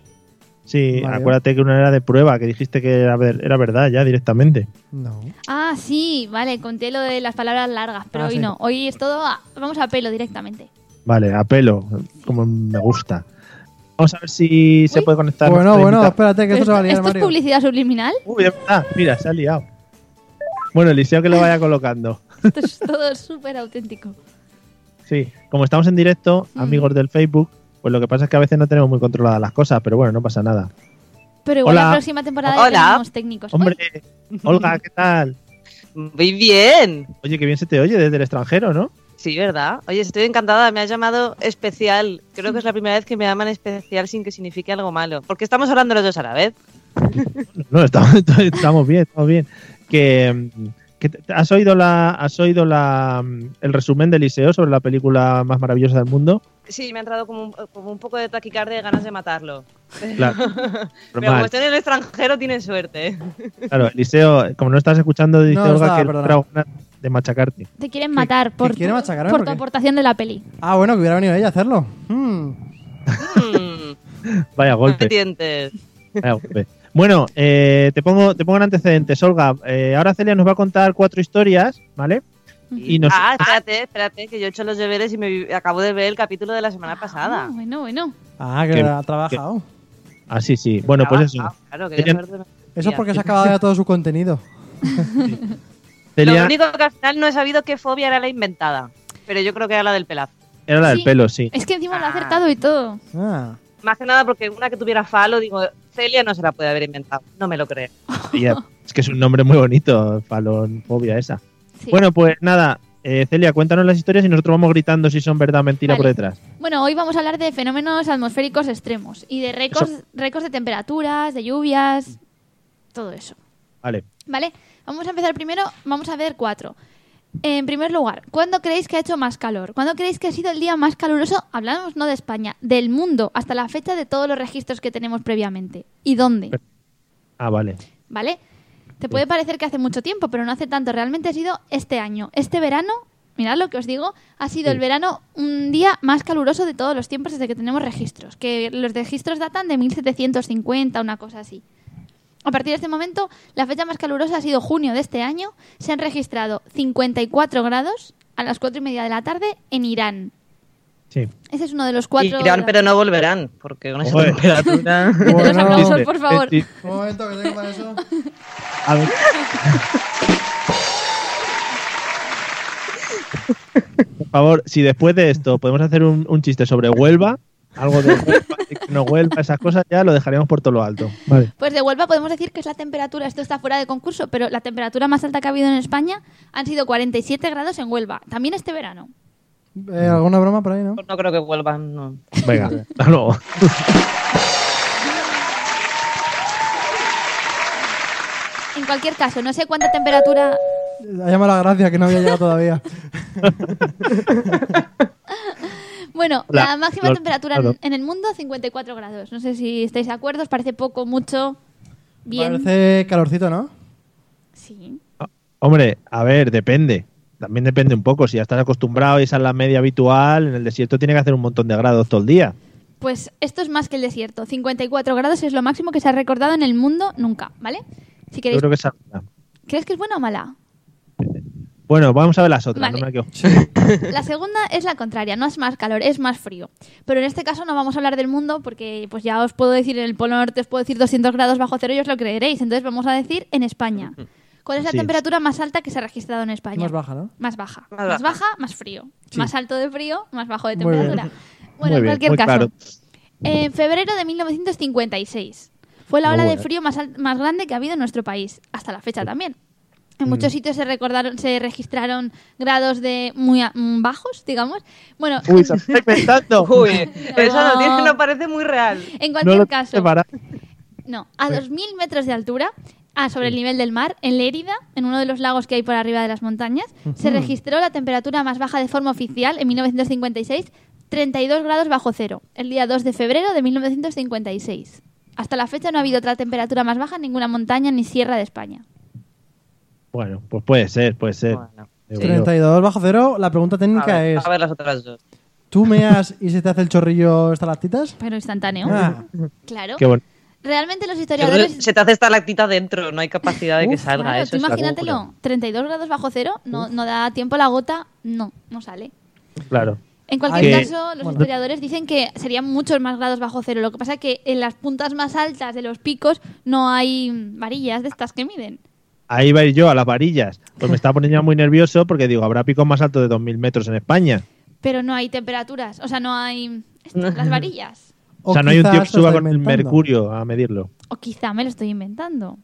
Speaker 3: Sí,
Speaker 4: Vale.
Speaker 3: acuérdate que una era de prueba, que dijiste que era, ver- era verdad ya directamente.
Speaker 4: no.
Speaker 5: Ah, sí, vale, conté lo de las palabras largas, pero
Speaker 4: Ah,
Speaker 5: hoy
Speaker 4: sí.
Speaker 5: no. Hoy es todo. a- vamos a pelo directamente.
Speaker 3: Vale, a pelo, como me gusta. Vamos a ver si se
Speaker 5: Uy.
Speaker 3: puede conectar.
Speaker 4: Bueno,
Speaker 3: nuestra
Speaker 4: bueno,
Speaker 3: invitada.
Speaker 4: espérate, que
Speaker 5: Pero
Speaker 4: esto se va a liar,
Speaker 5: esto es
Speaker 4: Mario.
Speaker 5: publicidad subliminal.
Speaker 3: Uy, es verdad, mira, se ha liado. Bueno, Eliseo que lo vaya colocando.
Speaker 5: Esto es todo súper auténtico.
Speaker 3: Sí, como estamos en directo,
Speaker 5: Mm.
Speaker 3: amigos del Facebook, pues lo que pasa es que a veces no tenemos muy controladas las cosas, pero bueno, no pasa nada.
Speaker 5: Pero igual
Speaker 3: Hola.
Speaker 5: la próxima temporada ya
Speaker 7: Hola.
Speaker 5: tenemos técnicos.
Speaker 3: Hombre, Olga, ¿qué tal?
Speaker 7: Muy bien.
Speaker 3: Oye, qué bien se te oye desde el extranjero, ¿no?
Speaker 7: Sí, ¿verdad? Oye, estoy encantada. Me has llamado especial. Creo que es la primera vez que me llaman especial sin que signifique algo malo. Porque estamos hablando los dos a la vez.
Speaker 3: No, estamos, estamos bien, estamos bien. Que, mm, que te- ¿Has oído, la, has oído la, mm, el resumen de Eliseo sobre la película más maravillosa del mundo?
Speaker 7: Sí, me ha entrado como un, como un poco de taquicardia de ganas de matarlo.
Speaker 3: Claro,
Speaker 7: Pero como
Speaker 3: normal.
Speaker 7: estoy en el extranjero, tiene suerte.
Speaker 3: Claro, Eliseo, como no estás escuchando, dice
Speaker 4: No,
Speaker 3: Olga
Speaker 4: estaba,
Speaker 3: que no
Speaker 4: perdona.
Speaker 3: traigo ganas de machacarte.
Speaker 5: Te quieren matar por,
Speaker 4: quiere
Speaker 5: tu-
Speaker 4: machacarme?
Speaker 5: por
Speaker 4: ¿Por
Speaker 5: tu
Speaker 4: qué?
Speaker 5: aportación de la peli.
Speaker 4: Ah, bueno, que hubiera venido ella a hacerlo. Hmm.
Speaker 7: Mm,
Speaker 3: Vaya golpe.
Speaker 7: dientes.
Speaker 3: Vaya golpe. Bueno, eh, te pongo te pongo en antecedentes, Olga. Eh, ahora Celia nos va a contar cuatro historias, ¿vale? Y nos-
Speaker 7: Ah, espérate, espérate, que yo he hecho los deberes y me vi- acabo de ver el capítulo de la semana pasada.
Speaker 5: Ah, bueno, bueno.
Speaker 4: Ah, que
Speaker 3: Que-
Speaker 4: ha trabajado.
Speaker 3: Ah, sí, sí. Bueno, pues eso.
Speaker 7: Ah, Claro, que
Speaker 3: Tenían-
Speaker 4: Eso es porque se ha acabado ya todo su contenido.
Speaker 7: Lo
Speaker 3: Celia,
Speaker 7: único que al final no he sabido qué fobia era la inventada. Pero yo creo que era la del pelazo.
Speaker 3: Era la del
Speaker 5: Sí.
Speaker 3: pelo, sí.
Speaker 5: Es que encima lo ha acertado y todo.
Speaker 4: Ah.
Speaker 7: Más que nada porque una que tuviera falo, digo, Celia no se la puede haber inventado. No me lo creo.
Speaker 3: Tía, es que es un nombre muy bonito, falonfobia esa.
Speaker 5: Sí.
Speaker 3: Bueno, pues nada, eh, Celia, cuéntanos las historias y nosotros vamos gritando si son verdad o mentira
Speaker 5: Vale.
Speaker 3: por detrás.
Speaker 5: Bueno, hoy vamos a hablar de fenómenos atmosféricos extremos y de récords, récords de temperaturas, de lluvias, todo eso.
Speaker 3: Vale.
Speaker 5: ¿Vale? Vamos a empezar primero, vamos a ver cuatro. En primer lugar, ¿cuándo creéis que ha hecho más calor? ¿Cuándo creéis que ha sido el día más caluroso? Hablamos no de España, del mundo, hasta la fecha de todos los registros que tenemos previamente. ¿Y dónde?
Speaker 3: Ah, vale.
Speaker 5: ¿Vale? Te puede parecer que hace mucho tiempo, pero no hace tanto. Realmente ha sido este año. Este verano, mirad lo que os digo, ha sido
Speaker 3: Sí.
Speaker 5: el verano un día más caluroso de todos los tiempos desde que tenemos registros. Que los registros datan de 1750, una cosa así. A partir de este momento, la fecha más calurosa ha sido junio de este año. Se han registrado 54 grados a las cuatro y media de la tarde en Irán.
Speaker 3: Sí.
Speaker 5: Ese es uno de los cuatro.
Speaker 8: Irán, pero no volverán, porque con esa
Speaker 3: Joder.
Speaker 8: temperatura.
Speaker 5: Vete los
Speaker 4: Bueno.
Speaker 5: aplausos,
Speaker 3: Dice-
Speaker 5: por favor.
Speaker 3: eh,
Speaker 4: Un momento que tengo para eso.
Speaker 3: A ver. Por favor, si después de esto podemos hacer un, un chiste sobre Huelva, algo de Huelva, que no Huelva, esas cosas, ya lo dejaríamos por todo lo alto. Vale.
Speaker 5: Pues de Huelva podemos decir que es la temperatura, esto está fuera de concurso, pero la temperatura más alta que ha habido en España han sido 47 grados en Huelva, también este verano.
Speaker 4: Eh, ¿Alguna broma por ahí, no?
Speaker 8: pues No creo que vuelvan, no.
Speaker 3: Venga, hasta luego.
Speaker 5: En cualquier caso, no sé cuánta temperatura...
Speaker 4: Ha llamado la gracia que no había llegado todavía.
Speaker 5: Bueno,
Speaker 3: La-
Speaker 5: la, máxima
Speaker 3: los-
Speaker 5: temperatura
Speaker 3: claro.
Speaker 5: en, en el mundo, 54 grados. No sé si estáis de acuerdo, os parece poco, mucho, bien.
Speaker 4: Parece calorcito, ¿no?
Speaker 5: Sí.
Speaker 3: Hombre, a ver, depende. También depende un poco. Si ya estás acostumbrado y esa es la media habitual, en el desierto tiene que hacer un montón de grados todo el día.
Speaker 5: Pues esto es más que el desierto. 54 grados es lo máximo que se ha recordado en el mundo nunca, ¿vale? Si
Speaker 3: Yo
Speaker 5: queréis,
Speaker 3: creo que esa.
Speaker 5: ¿crees que es buena o mala?
Speaker 3: Bueno, vamos a ver las otras.
Speaker 5: Vale.
Speaker 3: no me la quiero-
Speaker 5: La segunda es la contraria, no es más calor, es más frío. Pero en este caso no vamos a hablar del mundo porque pues ya os puedo decir en el Polo Norte os puedo decir 200 grados bajo cero y os lo creeréis. Entonces vamos a decir en España. ¿Cuál es la
Speaker 3: Sí.
Speaker 5: temperatura más alta que se ha registrado en España?
Speaker 4: Más baja, ¿no?
Speaker 5: Más baja.
Speaker 7: Más
Speaker 5: Más
Speaker 7: baja.
Speaker 5: baja, más frío.
Speaker 4: Sí.
Speaker 5: Más alto de frío, más bajo de
Speaker 4: Muy bien.
Speaker 5: temperatura. Bueno,
Speaker 3: Muy
Speaker 5: en
Speaker 3: bien,
Speaker 5: cualquier
Speaker 3: muy
Speaker 5: caso.
Speaker 3: claro.
Speaker 5: En febrero de 1956 fue la
Speaker 3: Muy
Speaker 5: ola de
Speaker 3: buena.
Speaker 5: frío más, al- más grande que ha habido en nuestro país, hasta la fecha también. En muchos
Speaker 3: Mm.
Speaker 5: sitios se recordaron, se registraron grados de muy a- mm, bajos, digamos. Bueno,
Speaker 3: Uy, se está inventando.
Speaker 8: Uy,
Speaker 7: Esa
Speaker 5: No.
Speaker 7: noticia no parece muy real.
Speaker 5: en
Speaker 3: No
Speaker 5: cualquier
Speaker 3: lo
Speaker 5: caso,
Speaker 3: separa-
Speaker 5: no, a 2.000 metros de altura, ah, sobre el nivel del mar, en Lérida, en uno de los lagos que hay por arriba de las montañas, se registró la temperatura más baja de forma oficial en 1956, 32 grados bajo cero, el día 2 de febrero de 1956. Hasta la fecha no ha habido otra temperatura más baja en ninguna montaña ni sierra de España.
Speaker 3: Bueno, pues puede ser, puede ser.
Speaker 8: Bueno,
Speaker 3: Digo yo.
Speaker 4: 32 bajo cero. La pregunta
Speaker 8: a,
Speaker 4: técnica
Speaker 8: ver,
Speaker 4: es:
Speaker 8: a ver las otras dos.
Speaker 4: ¿tú meas y se te hace el chorrillo estalactitas?
Speaker 5: Pero instantáneo,
Speaker 4: Ah,
Speaker 5: claro.
Speaker 3: Qué bueno.
Speaker 5: Realmente los
Speaker 8: Yo creo que
Speaker 5: historiadores...
Speaker 8: Se te hace esta lactita dentro, no hay capacidad de que
Speaker 4: Uf,
Speaker 8: salga
Speaker 5: Claro, tú
Speaker 8: eso. está
Speaker 5: imagínatelo, 32 grados bajo cero, no, no da tiempo a la gota, no, no sale.
Speaker 3: Claro.
Speaker 5: En cualquier
Speaker 3: Ah, que-
Speaker 5: caso, los
Speaker 4: bueno.
Speaker 5: historiadores dicen que serían muchos más grados bajo cero. Lo que pasa es que en las puntas más altas de los picos no hay mm, varillas de estas que miden.
Speaker 3: Ahí va a ir yo a las varillas. Pues me está poniendo ya muy nervioso porque digo, habrá picos más altos de 2.000 metros en España.
Speaker 5: Pero no hay temperaturas, o sea, no hay esto, las varillas.
Speaker 3: O, sea, no hay un tío que
Speaker 4: quizás lo
Speaker 3: suba
Speaker 4: está
Speaker 3: con el
Speaker 4: inventando.
Speaker 3: mercurio a medirlo.
Speaker 5: O quizá me lo estoy inventando.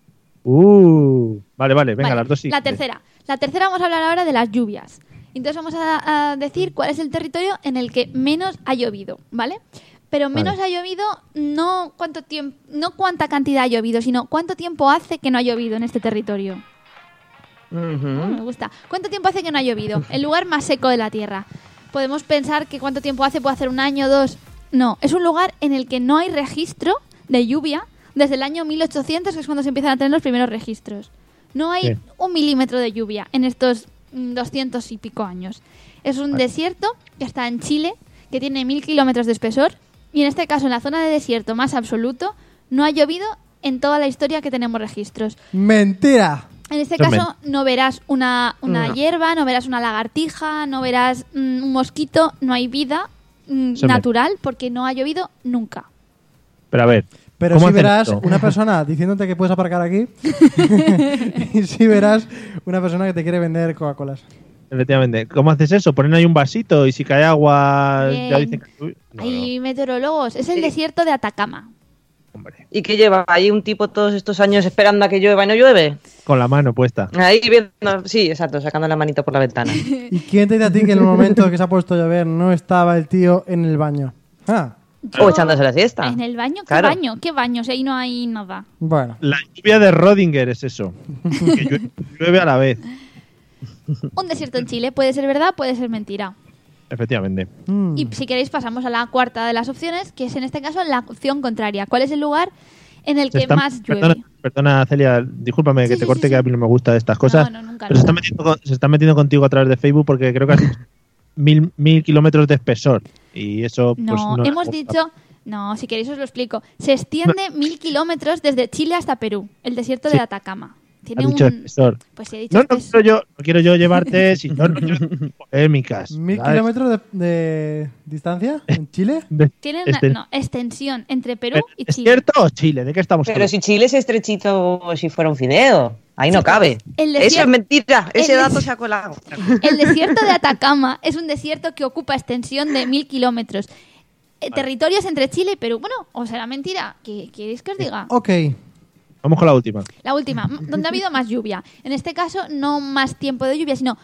Speaker 3: Uh, vale, vale, venga,
Speaker 5: Vale,
Speaker 3: las dos sí.
Speaker 5: La tercera. La tercera vamos a hablar ahora de las lluvias. Entonces vamos a, a decir cuál es el territorio en el que menos ha llovido, ¿vale? Pero menos ha llovido no cuánto tiempo, no cuánta cantidad ha llovido, sino cuánto tiempo hace que no ha llovido en este territorio. Ah,
Speaker 8: Ujú.
Speaker 5: me gusta. ¿Cuánto tiempo hace que no ha llovido? El lugar más seco de la Tierra. Podemos pensar que cuánto tiempo hace, puede hacer un año, dos. No, es un lugar en el que no hay registro de lluvia desde el año 1800, que es cuando se empiezan a tener los primeros registros. No hay
Speaker 3: Bien.
Speaker 5: un milímetro de lluvia en estos mm, 200 y pico años. Es un desierto que está en Chile, que tiene mil kilómetros de espesor, y en este caso, en la zona de desierto más absoluto, no ha llovido en toda la historia que tenemos registros.
Speaker 4: ¡Mentira!
Speaker 5: En este
Speaker 3: Tomen.
Speaker 5: caso no verás una, una hierba, no verás una lagartija, no verás mm, un mosquito, no hay vida mm,
Speaker 3: Tomen.
Speaker 5: natural porque no ha llovido nunca.
Speaker 3: Pero a ver.
Speaker 4: Pero
Speaker 3: ¿cómo
Speaker 4: si
Speaker 3: hacen
Speaker 4: verás
Speaker 3: esto?
Speaker 4: una persona diciéndote que puedes aparcar aquí y si verás una persona que te quiere vender Coca-Colas.
Speaker 3: Efectivamente. ¿Cómo haces eso? Ponen ahí un vasito y si cae agua, ya
Speaker 5: Bien.
Speaker 3: dicen que- uy, no, Ah.
Speaker 5: Hay meteorólogos. Es el
Speaker 8: Sí.
Speaker 5: desierto de Atacama.
Speaker 3: hombre,
Speaker 8: ¿Y qué lleva ahí un tipo todos estos años esperando a que llueva y no llueve?
Speaker 3: con la mano puesta.
Speaker 8: Ahí viendo, sí, exacto, sacando la manita por la ventana.
Speaker 4: ¿Y quién te dice a ti que en el momento que se ha puesto a llover no estaba el tío en el baño? Ah,
Speaker 8: o echándose la siesta.
Speaker 5: ¿En el baño? ¿Qué
Speaker 8: Claro.
Speaker 5: baño? ¿Qué baño? Si ahí no hay nada.
Speaker 4: bueno.
Speaker 3: La lluvia de Rodinger es eso. Que llue- llueve a la vez,
Speaker 5: Un desierto en Chile. Puede ser verdad, puede ser mentira.
Speaker 3: efectivamente.
Speaker 4: Mm.
Speaker 5: Y si queréis pasamos a la cuarta de las opciones, que es en este caso la opción contraria. ¿Cuál es el lugar en el
Speaker 3: Se
Speaker 5: que
Speaker 3: están-
Speaker 5: más llueve?
Speaker 3: perdona, perdona, Celia, discúlpame
Speaker 5: Sí,
Speaker 3: que
Speaker 5: sí,
Speaker 3: te
Speaker 5: sí,
Speaker 3: corte,
Speaker 5: sí.
Speaker 3: que a mí no me gusta estas cosas.
Speaker 5: no, nunca,
Speaker 3: pero se está,
Speaker 5: nunca.
Speaker 3: metiendo con- se está metiendo contigo a través de Facebook porque creo que has dicho mil, mil kilómetros de espesor. Y eso, pues.
Speaker 5: No,
Speaker 3: no
Speaker 5: hemos
Speaker 3: me gusta.
Speaker 5: dicho... No, si queréis os lo explico. Se extiende mil kilómetros desde Chile hasta Perú, el desierto
Speaker 3: Sí.
Speaker 5: de Atacama. Tiene
Speaker 3: Has dicho
Speaker 5: un...
Speaker 3: espesor.
Speaker 5: Pues sí, he dicho
Speaker 3: No, no
Speaker 5: espeso.
Speaker 3: quiero yo, no quiero yo llevarte si no, no quiero polémicas.
Speaker 4: ¿Mil
Speaker 3: ¿sabes?
Speaker 4: kilómetros de, de distancia en Chile?
Speaker 3: De-
Speaker 5: Tienen una
Speaker 3: Este-
Speaker 5: no, extensión entre Perú
Speaker 3: pero,
Speaker 5: y
Speaker 3: ¿Es
Speaker 5: Chile.
Speaker 3: cierto o Chile? ¿De qué estamos
Speaker 8: Pero
Speaker 3: hablando?
Speaker 8: si Chile es estrechito como si fuera un fideo, ahí no cabe.
Speaker 5: El
Speaker 7: Eso es
Speaker 5: desierto-
Speaker 7: mentira, ese
Speaker 5: el Ah,
Speaker 7: dato
Speaker 5: des-
Speaker 7: se ha colado.
Speaker 5: El desierto de Atacama es un desierto que ocupa extensión de mil kilómetros. Eh, Territorios entre Chile y Perú. Bueno, o será mentira. ¿Qué queréis que os diga?
Speaker 4: Ok.
Speaker 3: Vamos con la última.
Speaker 5: La última, m- donde ha habido más lluvia. En este caso, no más tiempo de lluvia, sino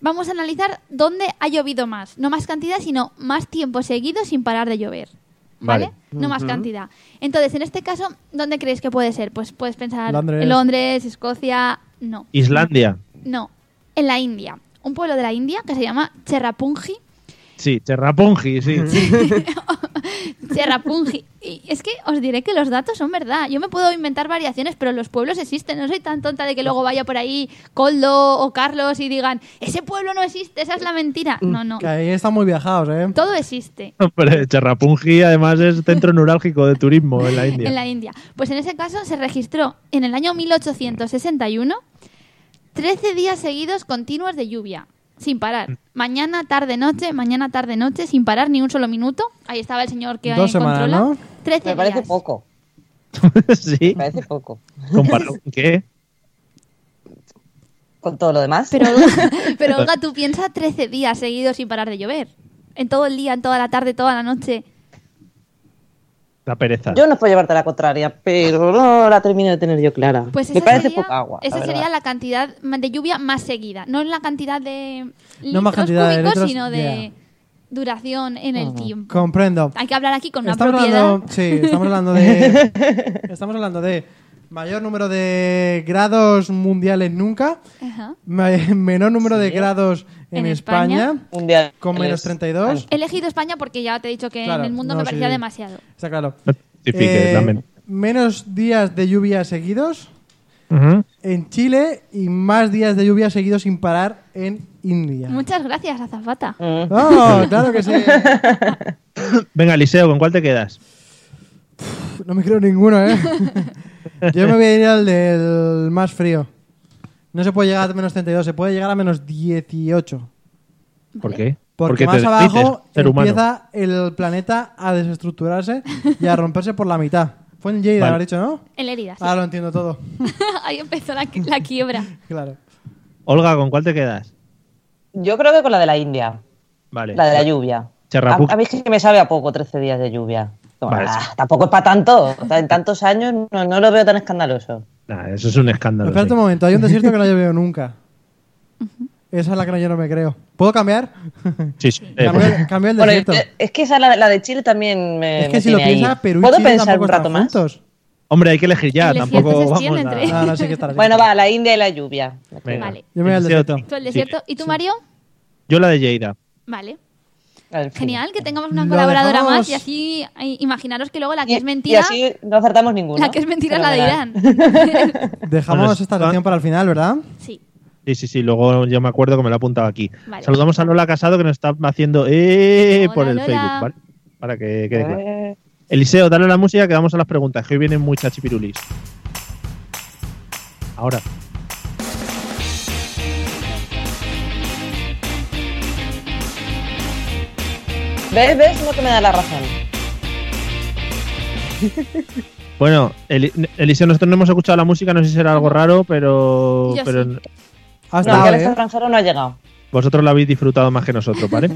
Speaker 5: vamos a analizar dónde ha llovido más. No más cantidad, sino más tiempo seguido sin parar de llover. ¿Vale?
Speaker 3: Vale.
Speaker 5: No más cantidad. Entonces, en este caso, ¿dónde creéis que puede ser? Pues puedes pensar
Speaker 4: Londres.
Speaker 5: en Londres, Escocia. No.
Speaker 3: Islandia.
Speaker 5: No. En la India. Un pueblo de la India que se llama Cherrapunji.
Speaker 3: Sí, Cherrapunji, sí.
Speaker 5: Cherrapunji. Y es que os diré que los datos son verdad. Yo me puedo inventar variaciones, pero los pueblos existen. No soy tan tonta de que luego vaya por ahí Coldo o Carlos y digan, ese pueblo no existe, esa es la mentira. No, no.
Speaker 4: Que ahí están muy viajados, ¿eh?
Speaker 5: Todo existe
Speaker 3: Pero Cherrapunji además es centro neurálgico de turismo en la India.
Speaker 5: en la India. Pues en ese caso se registró en el año 1861 13 días seguidos continuos de lluvia, sin
Speaker 4: Mm.
Speaker 5: parar. Mañana, tarde, noche, mañana, tarde, noche, sin parar ni un solo minuto. Ahí estaba el señor que
Speaker 4: Dos
Speaker 5: eh,
Speaker 4: semanas,
Speaker 5: controla.
Speaker 4: ¿no?
Speaker 5: 13
Speaker 8: Me parece
Speaker 5: días.
Speaker 8: poco,
Speaker 3: sí,
Speaker 8: me parece poco.
Speaker 3: comparado con qué.
Speaker 8: Con todo lo demás.
Speaker 5: Pero, Olga- pero Olga, tú piensas 13 días seguidos sin parar de llover. En todo el día, en toda la tarde, toda la noche.
Speaker 3: La pereza.
Speaker 8: Yo no puedo llevarte la contraria, pero no la termino de tener yo clara.
Speaker 5: Pues esa
Speaker 8: me parece
Speaker 5: sería,
Speaker 8: poca agua. la
Speaker 5: esa
Speaker 8: verdad.
Speaker 5: sería la cantidad ma- de lluvia más seguida. No en la cantidad de litros
Speaker 4: más cantidad de
Speaker 5: cúbicos,
Speaker 4: litros,
Speaker 5: sino de duración en el tiempo.
Speaker 4: Comprendo.
Speaker 5: Hay que hablar aquí con una
Speaker 4: Estamos
Speaker 5: propiedad.
Speaker 4: hablando, sí, estamos hablando de. estamos hablando de mayor número de grados mundiales nunca,
Speaker 5: Ajá.
Speaker 4: me- menor número de grados en,
Speaker 5: En
Speaker 4: España,
Speaker 5: España.
Speaker 8: Un día
Speaker 4: con menos
Speaker 8: es-
Speaker 4: 32.
Speaker 5: He elegido España porque ya te he dicho que
Speaker 4: Claro,
Speaker 5: en el mundo
Speaker 4: no,
Speaker 5: me parecía
Speaker 4: sí.
Speaker 5: demasiado.
Speaker 4: Está claro.
Speaker 3: No justifiques,
Speaker 4: Eh,
Speaker 3: lamento.
Speaker 4: menos días de lluvia seguidos
Speaker 3: Ujú.
Speaker 4: en Chile y más días de lluvia seguidos sin parar en India.
Speaker 5: Muchas gracias, Azafata.
Speaker 8: Mm.
Speaker 4: ¡Oh, claro que sí!
Speaker 3: Venga, Eliseo, ¿con cuál te quedas?
Speaker 4: No me creo ninguno, ¿eh? Yo me voy a ir al del más frío. No se puede llegar a menos 32, se puede llegar a menos 18.
Speaker 3: ¿Por qué?
Speaker 4: Porque,
Speaker 3: te
Speaker 4: más
Speaker 3: derrites,
Speaker 4: abajo
Speaker 3: ser humano.
Speaker 4: empieza el planeta a desestructurarse y a romperse por la mitad. Fue en Lleida,
Speaker 3: Vale.
Speaker 4: lo has dicho, ¿no?
Speaker 5: En Lérida, sí.
Speaker 4: Ahora lo entiendo todo.
Speaker 5: Ahí empezó la, la quiebra.
Speaker 4: claro.
Speaker 3: Olga, ¿con cuál te quedas?
Speaker 8: Yo creo que con la de la India,
Speaker 3: Vale.
Speaker 8: la de la lluvia.
Speaker 3: Charrapuc-
Speaker 8: A, a mí es que me sabe a poco 13 días de lluvia. Como,
Speaker 3: Vale,
Speaker 8: ah,
Speaker 3: sí.
Speaker 8: tampoco es para tanto. En tantos años no, no lo veo tan escandaloso.
Speaker 3: Nah, eso es un escándalo.
Speaker 4: Espera
Speaker 3: sí.
Speaker 4: un momento, hay un desierto que no he llovido nunca. Esa es la que no- yo no me creo. ¿Puedo cambiar?
Speaker 3: Sí, sí. Eh,
Speaker 4: Cambio el- cambio el
Speaker 8: Bueno,
Speaker 4: desierto.
Speaker 8: eh, es que esa, la, la de Chile también me.
Speaker 4: Es que
Speaker 8: me
Speaker 4: si lo
Speaker 8: tiene ahí.
Speaker 4: piensas, Perú y
Speaker 8: ¿Puedo
Speaker 4: Chile
Speaker 8: pensar
Speaker 4: tampoco
Speaker 8: un rato
Speaker 4: están
Speaker 8: más?
Speaker 4: juntos. Ah,
Speaker 3: hombre, hay que elegir ya.
Speaker 5: El
Speaker 3: Tampoco
Speaker 5: desierto se
Speaker 3: vamos
Speaker 5: extiende
Speaker 3: a-
Speaker 5: entre-
Speaker 4: No, no, sí que estará. sí que
Speaker 8: Bueno,
Speaker 4: estará.
Speaker 8: va, la India y la lluvia.
Speaker 3: Venga.
Speaker 5: Vale.
Speaker 4: Yo me voy al
Speaker 3: Eliseo,
Speaker 4: desierto.
Speaker 5: Tú el
Speaker 3: sí.
Speaker 5: desierto. ¿Y tu Mario?
Speaker 3: Yo la de Lleida.
Speaker 5: Vale.
Speaker 8: Al fin.
Speaker 5: Genial, que tengamos una
Speaker 4: Lo
Speaker 5: colaboradora
Speaker 4: dejamos.
Speaker 5: más y así eh, imaginaros que luego la que
Speaker 8: Y-
Speaker 5: es mentira,
Speaker 8: Y así no acertamos ninguna.
Speaker 5: la que es mentira es la de
Speaker 8: Fenomenal.
Speaker 5: Irán.
Speaker 4: Dejamos
Speaker 3: Bueno,
Speaker 4: esta
Speaker 3: está-
Speaker 4: sección para el final, ¿verdad?
Speaker 5: sí.
Speaker 3: Sí, sí, sí. Luego yo me acuerdo que me lo he apuntado aquí.
Speaker 5: Vale.
Speaker 3: Saludamos a Lola Casado que nos está haciendo eh,
Speaker 5: Hola,
Speaker 3: por el
Speaker 5: Lola.
Speaker 3: Facebook, ¿vale? Para que quede claro.
Speaker 8: Eh,
Speaker 3: Eliseo, dale a la música que vamos a las preguntas, que hoy vienen muchas chipirulis. Ahora.
Speaker 8: ¿Ves? ¿Ves cómo que me da la razón?
Speaker 3: Bueno, Eli- Eliseo, nosotros no hemos escuchado la música, no sé si será algo raro, pero.
Speaker 5: Yo
Speaker 3: Oh, pero
Speaker 5: sí.
Speaker 8: No,
Speaker 4: Hasta
Speaker 8: que al
Speaker 4: ahora, ¿eh?
Speaker 8: extranjero no ha llegado.
Speaker 3: Vosotros lo habéis disfrutado más que nosotros, ¿vale?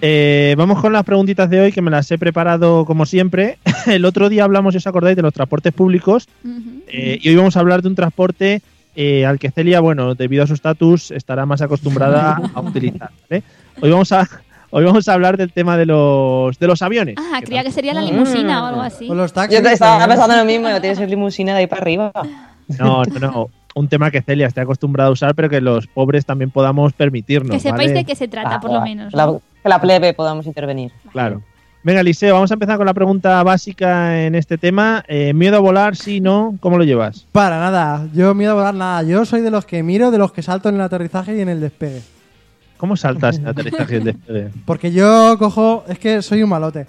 Speaker 3: Eh, vamos con las preguntitas de hoy que me las he preparado como siempre. El otro día hablamos, si os acordáis, de los transportes públicos
Speaker 5: Ujú.
Speaker 3: eh, y hoy vamos a hablar de un transporte eh, al que Celia, bueno, debido a su estatus, estará más acostumbrada a utilizar. ¿vale? Hoy vamos a hoy vamos a hablar del tema de los de los aviones.
Speaker 5: Ah,
Speaker 3: que
Speaker 5: creía que sería la
Speaker 4: Mm.
Speaker 5: limusina o algo así.
Speaker 4: Con los taxis. ¿eh?
Speaker 8: Yo te estaba
Speaker 4: también.
Speaker 8: pensando lo mismo, no tienes el limusina de ahí para arriba.
Speaker 3: No, no, no. Un tema que Celia esté acostumbrada a usar, pero que los pobres también podamos permitirnos.
Speaker 5: que sepáis
Speaker 3: ¿vale?
Speaker 5: de qué se trata, por lo
Speaker 8: Ah,
Speaker 5: menos.
Speaker 8: la-
Speaker 5: ¿no?
Speaker 8: que la plebe podamos intervenir.
Speaker 3: Claro. Venga, Eliseo, vamos a empezar con la pregunta básica en este tema. Eh, ¿Miedo a volar? Sí, no. ¿Cómo lo llevas?
Speaker 4: Para nada. Yo miedo a volar nada. Yo soy de los que miro, de los que salto en el aterrizaje y en el despegue.
Speaker 3: ¿Cómo saltas en aterrizaje de despegue?
Speaker 4: Porque yo cojo. Es que soy un malote.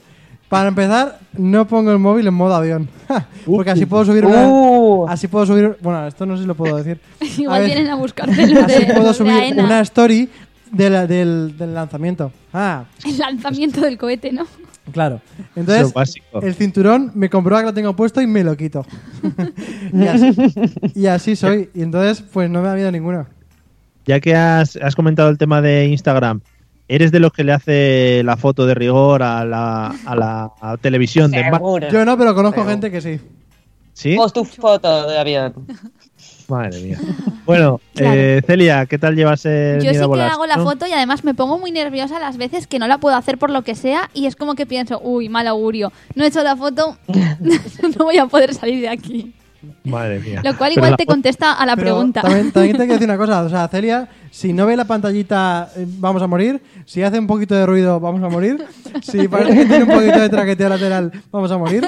Speaker 4: Para empezar, no pongo el móvil en modo avión. Porque así puedo subir una.
Speaker 8: Uh.
Speaker 4: Así puedo subir. Bueno, esto no sé si lo puedo decir.
Speaker 5: Igual
Speaker 4: ver.
Speaker 5: vienen a buscarte los de,
Speaker 4: Así puedo
Speaker 5: los de
Speaker 4: subir
Speaker 5: AENA.
Speaker 4: una story de la- del, del lanzamiento. Ah,
Speaker 5: El lanzamiento del cohete, ¿no?
Speaker 4: Eh, claro.
Speaker 3: Lo
Speaker 4: Entonces,
Speaker 3: básico.
Speaker 4: el cinturón me comprueba que lo tengo puesto y me lo quito. y, así, y así soy. Y entonces, pues no me ha miedo ninguno.
Speaker 3: Ya que has, has comentado el tema de Instagram, ¿eres de los que le hace la foto de rigor a la, a la a televisión de embarque?
Speaker 8: Seguro.
Speaker 4: Yo no, pero conozco
Speaker 8: Pero-
Speaker 4: gente que sí.
Speaker 3: ¿Sí?
Speaker 8: Pos tu foto de avión.
Speaker 3: Madre mía. Bueno,
Speaker 5: Claro.
Speaker 3: eh, Celia, ¿qué tal llevas el
Speaker 5: Yo
Speaker 3: miedo
Speaker 5: sí
Speaker 3: a
Speaker 5: que
Speaker 3: volar?
Speaker 5: hago la
Speaker 3: ¿No?
Speaker 5: foto y además me pongo muy nerviosa las veces que no la puedo hacer por lo que sea y es como que pienso, uy, mal augurio, no he hecho la foto, no voy a poder salir de aquí.
Speaker 3: Madre mía.
Speaker 5: Lo cual
Speaker 3: Pero
Speaker 5: igual
Speaker 3: la
Speaker 5: te
Speaker 3: foto-
Speaker 5: contesta a la
Speaker 4: Pero
Speaker 5: pregunta.
Speaker 4: También, también te hay que decir una cosa. O sea, Celia, si no ve la pantallita, eh, vamos a morir. Si hace un poquito de ruido, vamos a morir. Si parece que tiene un poquito de traqueteo lateral, vamos a morir.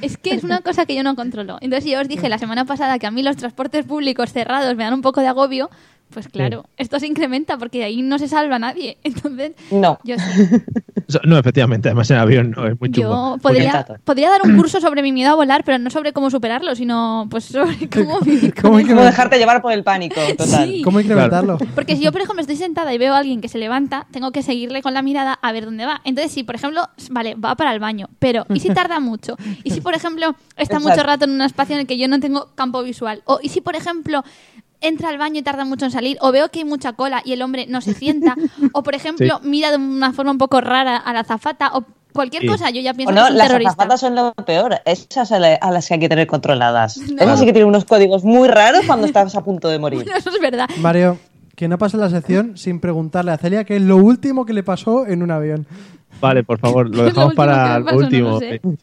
Speaker 5: Es que es una cosa que yo no controlo. Entonces, yo os dije la semana pasada que a mí los transportes públicos cerrados me dan un poco de agobio. Pues claro, esto se incrementa porque de ahí no se salva nadie. Entonces,
Speaker 8: No.
Speaker 5: yo sí.
Speaker 3: No, efectivamente, además en avión no, es muy
Speaker 5: Yo
Speaker 3: chungo.
Speaker 5: podría,
Speaker 8: Porque-
Speaker 5: podría dar un curso sobre mi miedo a volar, pero no sobre cómo superarlo, sino pues sobre cómo vivir con
Speaker 4: ¿Cómo
Speaker 5: él.
Speaker 8: Como dejarte llevar por el pánico, total.
Speaker 5: Sí.
Speaker 4: ¿Cómo incrementarlo?
Speaker 5: Porque si yo, por ejemplo, estoy sentada y veo a alguien que se levanta, tengo que seguirle con la mirada a ver dónde va. Entonces, si, por ejemplo, s- vale, va para el baño, pero ¿y si tarda mucho? ¿Y si, por ejemplo, está
Speaker 8: Exacto.
Speaker 5: mucho rato en un espacio en el que yo no tengo campo visual? ¿O y si, por ejemplo, entra al baño y tarda mucho en salir? ¿O veo que hay mucha cola y el hombre no se sienta? ¿O, por ejemplo, mira de una forma un poco rara a la azafata? ¿O cualquier
Speaker 3: Sí.
Speaker 5: cosa? Yo ya
Speaker 8: O
Speaker 5: pienso que
Speaker 8: no,
Speaker 5: es un
Speaker 8: las
Speaker 5: terrorista.
Speaker 8: azafatas son lo peor. Esas a, la- a las que hay que tener controladas. Esas sí que tienen unos códigos muy raros cuando estás a punto de morir.
Speaker 5: No, eso es verdad.
Speaker 4: Mario, que no pase la sección sin preguntarle a Celia qué es lo último que le pasó en un avión.
Speaker 3: Vale, por favor, lo
Speaker 5: Lo
Speaker 3: dejamos
Speaker 5: último
Speaker 3: para
Speaker 5: que me
Speaker 3: lo
Speaker 5: pasó, no
Speaker 3: último.
Speaker 5: lo sé.
Speaker 3: Eh,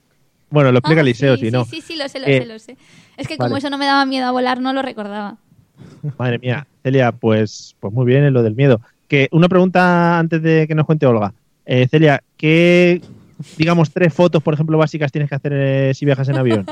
Speaker 3: Bueno, lo explica
Speaker 5: Ah,
Speaker 3: Eliseo,
Speaker 5: sí,
Speaker 3: si no.
Speaker 5: Sí, sí, sí, lo sé, lo
Speaker 3: Eh,
Speaker 5: sé, lo sé. Es que como
Speaker 3: vale.
Speaker 5: eso no me daba miedo a volar, no lo recordaba.
Speaker 3: Madre mía, Celia, pues, pues muy bien en lo del miedo. Que una pregunta antes de que nos cuente Olga. Eh, Celia, ¿qué, digamos, tres fotos, por ejemplo, básicas tienes que hacer eh, si viajas en avión?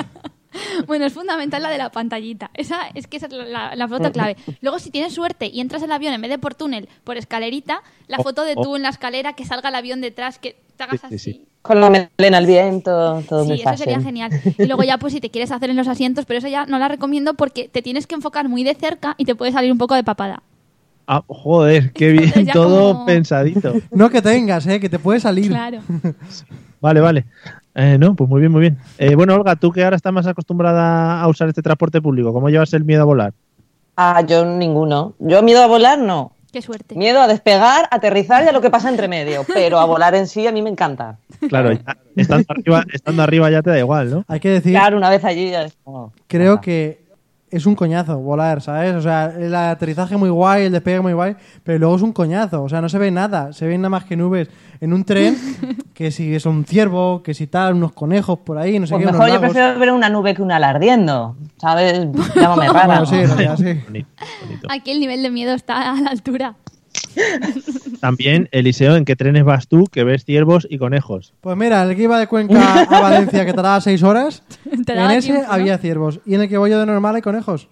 Speaker 5: Bueno, es fundamental la de la pantallita. Esa es que esa es la- la, la foto clave. Luego, si tienes suerte y entras al avión en vez de por túnel, por escalerita, la
Speaker 3: Oh,
Speaker 5: foto de
Speaker 3: oh.
Speaker 5: tú en la escalera, que salga el avión detrás, que te hagas
Speaker 3: Sí, sí,
Speaker 5: así.
Speaker 3: sí.
Speaker 5: Sí,
Speaker 8: Con la melena al viento, todo muy
Speaker 5: eso
Speaker 8: fácil.
Speaker 5: sería genial. Y luego ya, pues si te quieres hacer en los asientos, pero eso ya no la recomiendo porque te tienes que enfocar muy de cerca y te puede salir un poco de papada.
Speaker 3: Ah, joder, qué bien,
Speaker 5: Ya
Speaker 3: todo
Speaker 5: como-
Speaker 3: pensadito.
Speaker 4: No que tengas, ¿eh? que te puede salir.
Speaker 5: Claro.
Speaker 3: Vale, vale. Eh, no, pues muy bien, muy bien. Eh, bueno, Olga, tú que ahora estás más acostumbrada a usar este transporte público, ¿cómo llevas el miedo a volar?
Speaker 8: Ah, yo ninguno. Yo miedo a volar, no.
Speaker 5: Qué suerte.
Speaker 8: Miedo a despegar, aterrizar y a lo que pasa entre medio. Pero a volar en sí a mí me encanta.
Speaker 3: Claro, ya, estando, arriba, estando arriba ya te da igual, ¿no?
Speaker 4: Hay que decir,
Speaker 8: Claro, una vez allí ya es como-
Speaker 4: creo que es un coñazo volar, ¿sabes? O sea, el aterrizaje muy guay, el despegue muy guay, pero luego es un coñazo. O sea, no se ve nada, se ven nada más que nubes en un tren, que si es un ciervo, que si tal, unos conejos por ahí, no sé
Speaker 8: Pues
Speaker 4: qué,
Speaker 8: mejor
Speaker 4: unos
Speaker 8: yo
Speaker 4: lagos.
Speaker 8: prefiero ver una nube que un ala ardiendo. ¿Sabes? Llámame rara.
Speaker 4: Bueno, sí, en realidad sí.
Speaker 3: Bonito, bonito.
Speaker 5: Aquí el nivel de miedo está a la altura.
Speaker 3: También, Eliseo, ¿en qué trenes vas tú que ves ciervos y conejos?
Speaker 4: Pues mira, el que iba de Cuenca a Valencia, que tardaba seis horas,
Speaker 5: Te
Speaker 4: en
Speaker 5: daba
Speaker 4: ese
Speaker 5: tiempo, ¿no?
Speaker 4: había ciervos. Y en el que voy yo de normal hay conejos.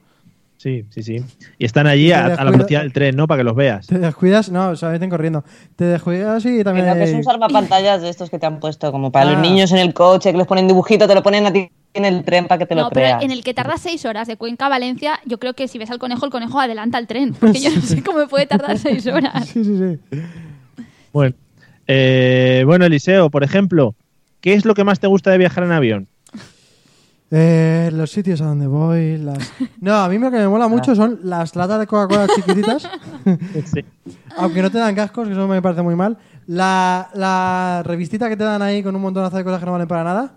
Speaker 3: Sí, sí, sí. Y están allí
Speaker 4: Te
Speaker 3: a, a la
Speaker 4: descuida-
Speaker 3: velocidad del tren, ¿no? Para que los veas.
Speaker 4: Te descuidas, no, o sea, vete corriendo. Te descuidas y
Speaker 8: Que
Speaker 4: también.
Speaker 8: no, que es
Speaker 4: hay-
Speaker 8: un salvapantallas de estos que te han puesto, como para
Speaker 4: Ah.
Speaker 8: los niños en el coche, que les ponen dibujitos, te lo ponen a ti en el tren para que te
Speaker 5: no,
Speaker 8: lo
Speaker 5: pero
Speaker 8: creas.
Speaker 5: en el que tardas seis horas de Cuenca a Valencia, yo creo que si ves al conejo, el conejo adelanta el tren. Porque yo no sé cómo puede tardar seis horas.
Speaker 4: Sí, sí, sí.
Speaker 3: Bueno, Eh, bueno, Eliseo, por ejemplo, ¿qué es lo que más te gusta de viajar en avión?
Speaker 4: Eh, los sitios a donde voy, las... No, a mí lo que me mola
Speaker 3: Ah.
Speaker 4: mucho son las latas de Coca-Cola chiquititas,
Speaker 3: Sí.
Speaker 4: aunque no te dan cascos, que eso me parece muy mal. La, la revistita que te dan ahí con un montonazo de cosas que no valen para nada.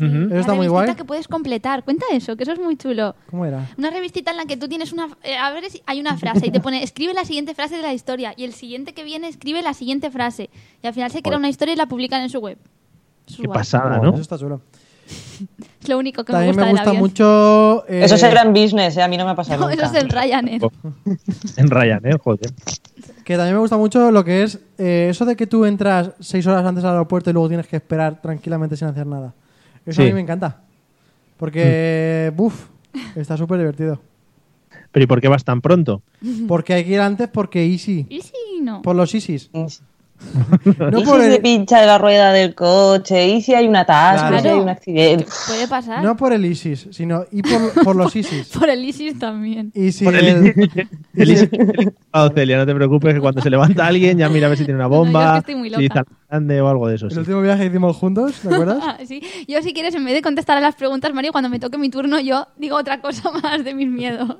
Speaker 3: Ujú.
Speaker 4: Eso está
Speaker 5: la
Speaker 4: muy
Speaker 5: revistita
Speaker 4: guay.
Speaker 5: que puedes completar. Cuenta eso, que eso es muy chulo.
Speaker 4: ¿Cómo era?
Speaker 5: Una revistita en la que tú tienes una... eh, abres y hay una frase y te pone, escribe la siguiente frase de la historia. Y el siguiente que viene, escribe la siguiente frase. Y al final se crea una historia y la publican en su web. Eso es
Speaker 3: Qué
Speaker 5: guay.
Speaker 3: pasada,
Speaker 4: Bueno,
Speaker 3: ¿no?
Speaker 4: Eso está chulo.
Speaker 5: Es lo único que
Speaker 4: También
Speaker 5: me gusta, del avión.
Speaker 4: mucho... eh,
Speaker 8: Esos eran business, eh, a mí no me ha pasado
Speaker 5: No, eso
Speaker 8: nunca.
Speaker 5: es del Ryanair.
Speaker 3: En Ryanair, joder.
Speaker 4: Que también me gusta mucho lo que es eh, eso de que tú entras seis horas antes al aeropuerto y luego tienes que esperar tranquilamente sin hacer nada. Eso a
Speaker 3: Sí. Mm.
Speaker 4: mí me encanta. Porque, buf, está súper divertido.
Speaker 3: Pero ¿y por qué vas tan pronto?
Speaker 4: Porque hay que ir antes porque easy.
Speaker 5: Y sí, no.
Speaker 4: Por los ISIS.
Speaker 8: y
Speaker 4: No
Speaker 8: si
Speaker 4: por
Speaker 8: se
Speaker 4: el,
Speaker 8: pincha la rueda del coche, y si hay un atasco,
Speaker 4: Claro.
Speaker 8: y si hay un accidente.
Speaker 5: Puede pasar.
Speaker 4: no por el ISIS, sino y por, por los ISIS.
Speaker 5: Por el ISIS también.
Speaker 4: Y si
Speaker 3: Por el
Speaker 4: el-
Speaker 3: ISIS. El ISIS tiene controlado, Celia, no te preocupes que cuando se levanta alguien ya mira a ver si tiene una
Speaker 5: No, yo es que
Speaker 3: bomba,
Speaker 5: estoy muy
Speaker 3: si
Speaker 5: loca.
Speaker 3: está grande o algo de eso.
Speaker 4: el
Speaker 3: sí.
Speaker 4: último viaje que hicimos juntos, ¿te acuerdas?
Speaker 5: Ah, sí. Yo, si quieres, en vez de contestar a las preguntas, Mario, cuando me toque mi turno, yo digo otra cosa más de mis miedos.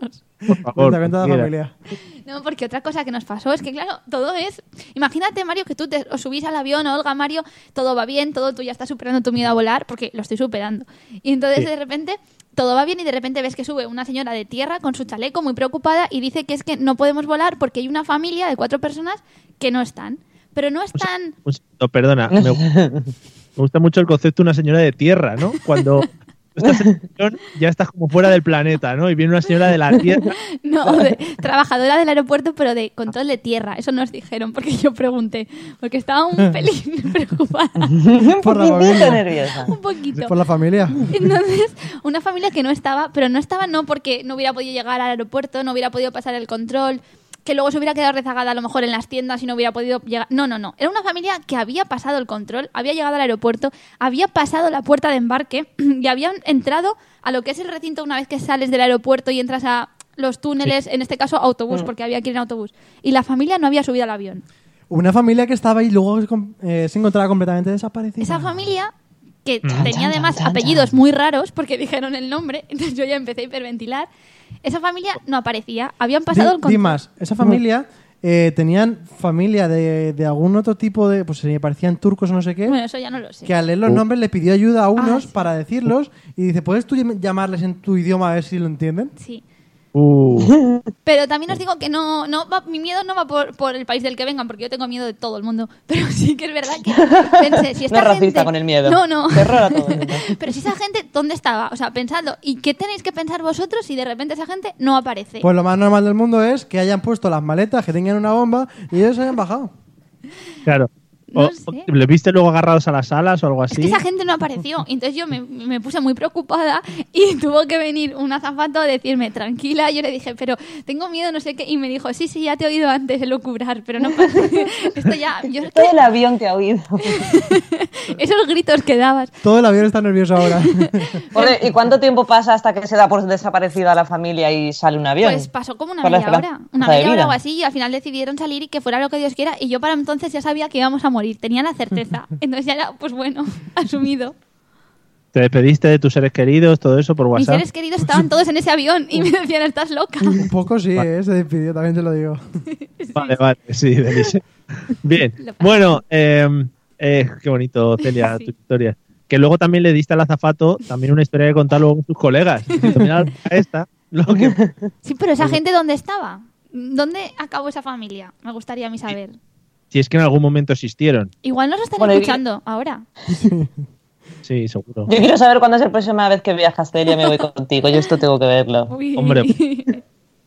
Speaker 3: Por favor,
Speaker 4: Cuenta, cuenta a la
Speaker 3: mira.
Speaker 4: familia.
Speaker 5: No, porque otra cosa que nos pasó es que, claro, todo es. Imagínate, Mario, que tú te os subís al avión, Olga, Mario, todo va bien, todo tú ya estás superando tu miedo a volar, porque lo estoy superando. Y entonces,
Speaker 3: Sí.
Speaker 5: de repente, todo va bien y de repente ves que sube una señora de tierra con su chaleco muy preocupada y dice que es que no podemos volar porque hay una familia de cuatro personas que no están. Pero no están.
Speaker 3: Un segundo, perdona. Me, gu- me gusta mucho el concepto de una señora de tierra, ¿no? Cuando tú estás en el avión, ya estás como fuera del planeta, ¿no? Y viene una señora de la tierra.
Speaker 5: No, de trabajadora del aeropuerto, pero de control de tierra. Eso nos dijeron, porque yo pregunté. Porque estaba un pelín preocupada.
Speaker 8: Un
Speaker 4: Por la
Speaker 8: poquitito
Speaker 4: familia.
Speaker 8: nerviosa.
Speaker 5: Un poquito.
Speaker 4: Por la familia.
Speaker 5: Entonces, una familia que no estaba, pero no estaba no porque no hubiera podido llegar al aeropuerto, no hubiera podido pasar el control, que luego se hubiera quedado rezagada a lo mejor en las tiendas y no hubiera podido llegar. No, no, no. Era una familia que había pasado el control, había llegado al aeropuerto, había pasado la puerta de embarque y habían entrado a lo que es el recinto una vez que sales del aeropuerto y entras a los túneles, en este caso autobús, porque había que ir en autobús. Y la familia no había subido al avión.
Speaker 4: Una familia que estaba ahí y luego se com- eh, se encontraba completamente desaparecida.
Speaker 5: Esa familia que tenía además apellidos muy raros porque dijeron el nombre, entonces yo ya empecé a hiperventilar. Esa familia no aparecía, habían pasado
Speaker 4: Di-
Speaker 5: el control.
Speaker 4: di más, esa familia eh, tenían familia de, de algún otro tipo de. Pues se parecían turcos o no sé qué.
Speaker 5: Bueno, eso ya no lo sé.
Speaker 4: que al leer los
Speaker 3: Uh.
Speaker 4: nombres le pidió ayuda a unos
Speaker 5: Ah, sí.
Speaker 4: para decirlos y dice: ¿Puedes tú llam- llamarles en tu idioma a ver si lo entienden?
Speaker 5: Sí.
Speaker 3: Uh,
Speaker 5: Pero también os digo que no, no va- mi miedo no va por, por el país del que vengan, porque yo tengo miedo de todo el mundo. Pero sí que es verdad que pensé, si esta
Speaker 8: No es racista
Speaker 5: gente-
Speaker 8: con el miedo.
Speaker 5: No, no.
Speaker 8: Terror a todo el mundo.
Speaker 5: Pero si esa gente, ¿dónde estaba? O sea, pensando, ¿y qué tenéis que pensar vosotros si de repente esa gente no aparece?
Speaker 4: Pues lo más normal del mundo es que hayan puesto las maletas, que tengan una bomba y ellos hayan bajado.
Speaker 3: claro. O-
Speaker 5: No sé.
Speaker 3: ¿Le viste luego agarrados a las alas o algo
Speaker 8: ¿Ah,
Speaker 5: Es
Speaker 3: así?
Speaker 5: que esa gente no apareció. Entonces yo me, me puse muy preocupada y tuvo que venir un azafato a decirme, tranquila. Yo le dije, pero tengo miedo, no sé qué. Y me dijo, sí, sí, ya te he oído antes de lucubrar, pero no pasa Esto ya, yo,
Speaker 8: Todo el avión te ha oído.
Speaker 5: esos gritos que dabas.
Speaker 4: Todo el avión está nervioso ahora.
Speaker 8: Joder, ¿Y cuánto tiempo pasa hasta que se da por desaparecida la familia y sale un avión?
Speaker 5: Pues pasó como una
Speaker 8: Por la
Speaker 5: media hora.
Speaker 8: esperanza
Speaker 5: Una
Speaker 8: de
Speaker 5: media hora
Speaker 8: vida.
Speaker 5: o así. Y al final decidieron salir y que fuera lo que Dios quiera. Y yo para entonces ya sabía que íbamos a morir. Tenía la certeza. Entonces ya era, pues bueno, asumido.
Speaker 3: ¿Te despediste de tus seres queridos, todo eso
Speaker 8: Pues
Speaker 3: por
Speaker 5: Mis
Speaker 3: WhatsApp?
Speaker 5: seres queridos estaban todos en ese avión y me decían, estás loca.
Speaker 4: Un poco sí, eh, se despidió, también te lo digo.
Speaker 3: Vale, vale, sí, Denise. Bien.
Speaker 5: Lo pasé.
Speaker 3: Bueno, eh, eh, qué bonito, Celia,
Speaker 5: Sí.
Speaker 3: tu historia. Que luego también le diste al azafato también una historia que contar luego con tus colegas. Diciendo, Mira a esta, lo que
Speaker 5: Sí, pero esa gente, ¿dónde estaba? ¿Dónde acabó esa familia? Me gustaría a mí saber.
Speaker 3: si es que en algún momento existieron.
Speaker 5: Igual nos están
Speaker 8: Bueno, y-
Speaker 5: escuchando ahora.
Speaker 3: Sí, seguro.
Speaker 8: Yo quiero saber cuándo es la próxima vez que viajas, Celia, me voy contigo. Yo esto tengo que verlo.
Speaker 5: Uy.
Speaker 3: Hombre,
Speaker 5: En-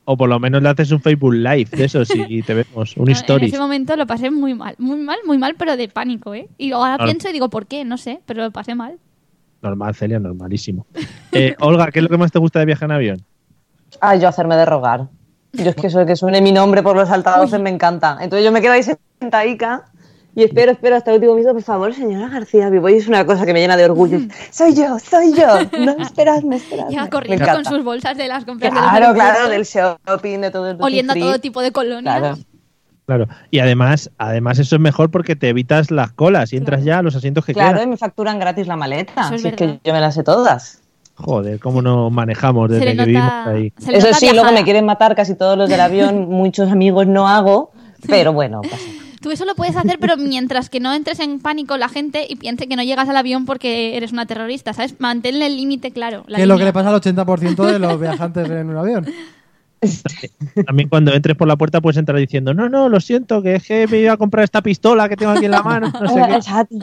Speaker 3: O por lo menos le haces un Facebook Live de eso, sí, y te vemos, un
Speaker 5: en
Speaker 3: story.
Speaker 5: ese momento lo pasé muy mal, muy mal, muy mal, pero de pánico, ¿eh? Y ahora
Speaker 3: Claro.
Speaker 5: pienso y digo, ¿por qué? No sé, pero lo pasé mal.
Speaker 3: Normal, Celia, normalísimo. Eh, Olga, ¿qué es lo que más te gusta de viajar en avión?
Speaker 8: Ay, yo hacerme de rogar. Yo es que eso de que suene mi nombre por los altavoces me encanta. Entonces yo me quedo ahí sentadica y espero, espero hasta el último minuto. Por favor, señora García Vivoy, es una cosa que me llena de orgullo. Soy yo, soy yo. No, esperadme, esperadme.
Speaker 5: Ya
Speaker 8: Me
Speaker 5: corriendo
Speaker 8: encanta.
Speaker 5: con sus bolsas de las compras. de los
Speaker 8: Claro, claro,
Speaker 5: aeropuertos,
Speaker 8: del shopping, de todo el duty
Speaker 5: Oliendo a
Speaker 8: free.
Speaker 5: todo tipo de colonias.
Speaker 8: Claro.
Speaker 3: Claro. Y además, además eso es mejor porque te evitas las colas y entras ya a los asientos que
Speaker 8: Claro, y
Speaker 3: quedan.
Speaker 8: me facturan gratis la maleta.
Speaker 5: Eso es
Speaker 8: así es que
Speaker 5: verdad.
Speaker 8: yo me las sé todas.
Speaker 3: Joder, cómo nos manejamos desde
Speaker 5: se le
Speaker 3: que
Speaker 5: nota,
Speaker 3: vivimos ahí.
Speaker 5: se le
Speaker 8: Eso
Speaker 5: nota
Speaker 8: sí, luego
Speaker 5: viajada.
Speaker 8: me quieren matar casi todos los del avión, muchos amigos no hago, pero bueno, pues, pasa.
Speaker 5: Tú eso lo puedes hacer, pero mientras que no entres en pánico la gente y piense que no llegas al avión porque eres una terrorista, ¿sabes? Manténle el límite claro. la
Speaker 4: que es lo que
Speaker 5: línea.
Speaker 4: le pasa al 80% de los viajantes en un avión.
Speaker 3: También cuando entres por la puerta puedes entrar diciendo, no, no, lo siento, que es que me iba a comprar esta pistola que tengo aquí en la mano, no sé qué.
Speaker 8: Exacto.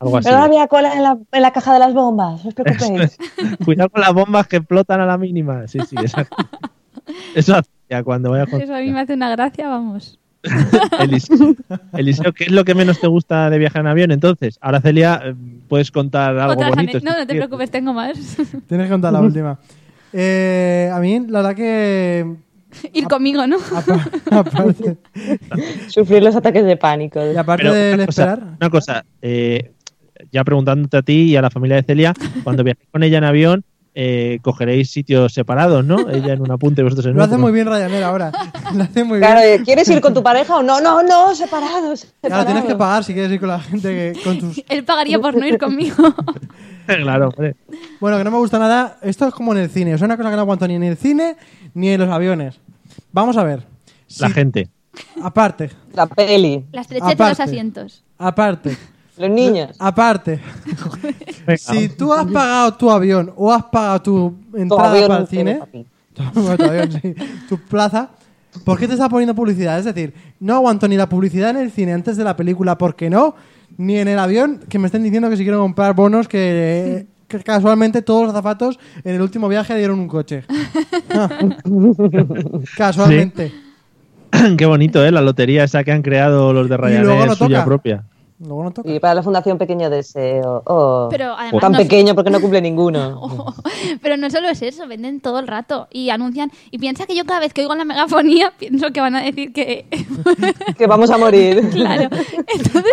Speaker 3: Algo
Speaker 4: Pues
Speaker 3: así.
Speaker 8: Pero no había cola en la, en la caja de las bombas, no os preocupéis.
Speaker 3: Cuidado con las bombas que explotan a la mínima. Sí, sí, exacto. Eso hacía cuando vayas con...
Speaker 5: Eso a mí me hace una gracia, vamos.
Speaker 3: Eliseo, Eliseo, ¿qué es lo que menos te gusta de viajar en avión? Entonces, ahora Celia, eh, puedes contar algo
Speaker 5: Otras
Speaker 3: bonito.
Speaker 5: ane- no, no te
Speaker 3: Sí,
Speaker 5: preocupes, tengo más.
Speaker 4: Tienes que contar la última. Eh, a mí, la verdad que.
Speaker 5: Ir conmigo, ¿no?
Speaker 4: apa- Aparte,
Speaker 8: Sufrir los ataques de pánico.
Speaker 4: y aparte
Speaker 3: Pero
Speaker 4: del
Speaker 3: una cosa,
Speaker 4: esperar.
Speaker 3: Una cosa, eh, ya preguntándote a ti y a la familia de Celia, cuando viajéis con ella en avión, eh, cogeréis sitios separados, ¿no? Ella en una punta y vosotros en
Speaker 4: Lo
Speaker 3: otra.
Speaker 4: hace muy bien Ryanair ahora. Lo hace muy
Speaker 8: Claro,
Speaker 4: bien.
Speaker 8: eh, ¿quieres ir con tu pareja o no? No, no, separados.
Speaker 4: Claro, tienes que
Speaker 8: separados.
Speaker 4: pagar si quieres ir con la gente, que- con tus...
Speaker 5: Él pagaría por no ir conmigo.
Speaker 3: claro, hombre.
Speaker 4: Bueno, que no me gusta nada. Esto es como en el cine. Es una cosa que no aguanto ni en el cine ni en los aviones. Vamos a ver.
Speaker 3: La
Speaker 4: Si-
Speaker 3: gente.
Speaker 4: Aparte,
Speaker 8: La peli,
Speaker 5: La estrechez de los
Speaker 4: Aparte.
Speaker 5: asientos.
Speaker 4: aparte,
Speaker 8: los niños.
Speaker 4: aparte.
Speaker 3: Venga,
Speaker 4: si tú has pagado tu avión o has pagado tu entrada
Speaker 8: Todavía
Speaker 4: para el
Speaker 8: no tengo
Speaker 4: cine,
Speaker 8: papi.
Speaker 4: Bueno, todavía no sé. tu plaza. ¿Por qué te está poniendo publicidad? Es decir, no aguanto ni la publicidad en el cine antes de la película, porque no, ni en el avión, que me estén diciendo que si quiero comprar bonos, que, que casualmente todos los azafatos en el último viaje dieron un coche. Ah. casualmente.
Speaker 3: Qué bonito, ¿eh? La lotería esa que han creado los de
Speaker 4: luego
Speaker 3: Ryanair,
Speaker 4: no
Speaker 3: suya
Speaker 4: toca.
Speaker 3: propia.
Speaker 4: Luego no toca.
Speaker 8: Y para la Fundación Pequeño Deseo. Oh,
Speaker 5: Pero además
Speaker 8: tan
Speaker 5: no- Oh.
Speaker 8: pequeño porque no cumple ninguno.
Speaker 5: Pero no solo es eso, venden todo el rato y anuncian. Y piensa que yo cada vez que oigo la megafonía pienso que van a decir que.
Speaker 8: que vamos a morir.
Speaker 5: claro. Entonces,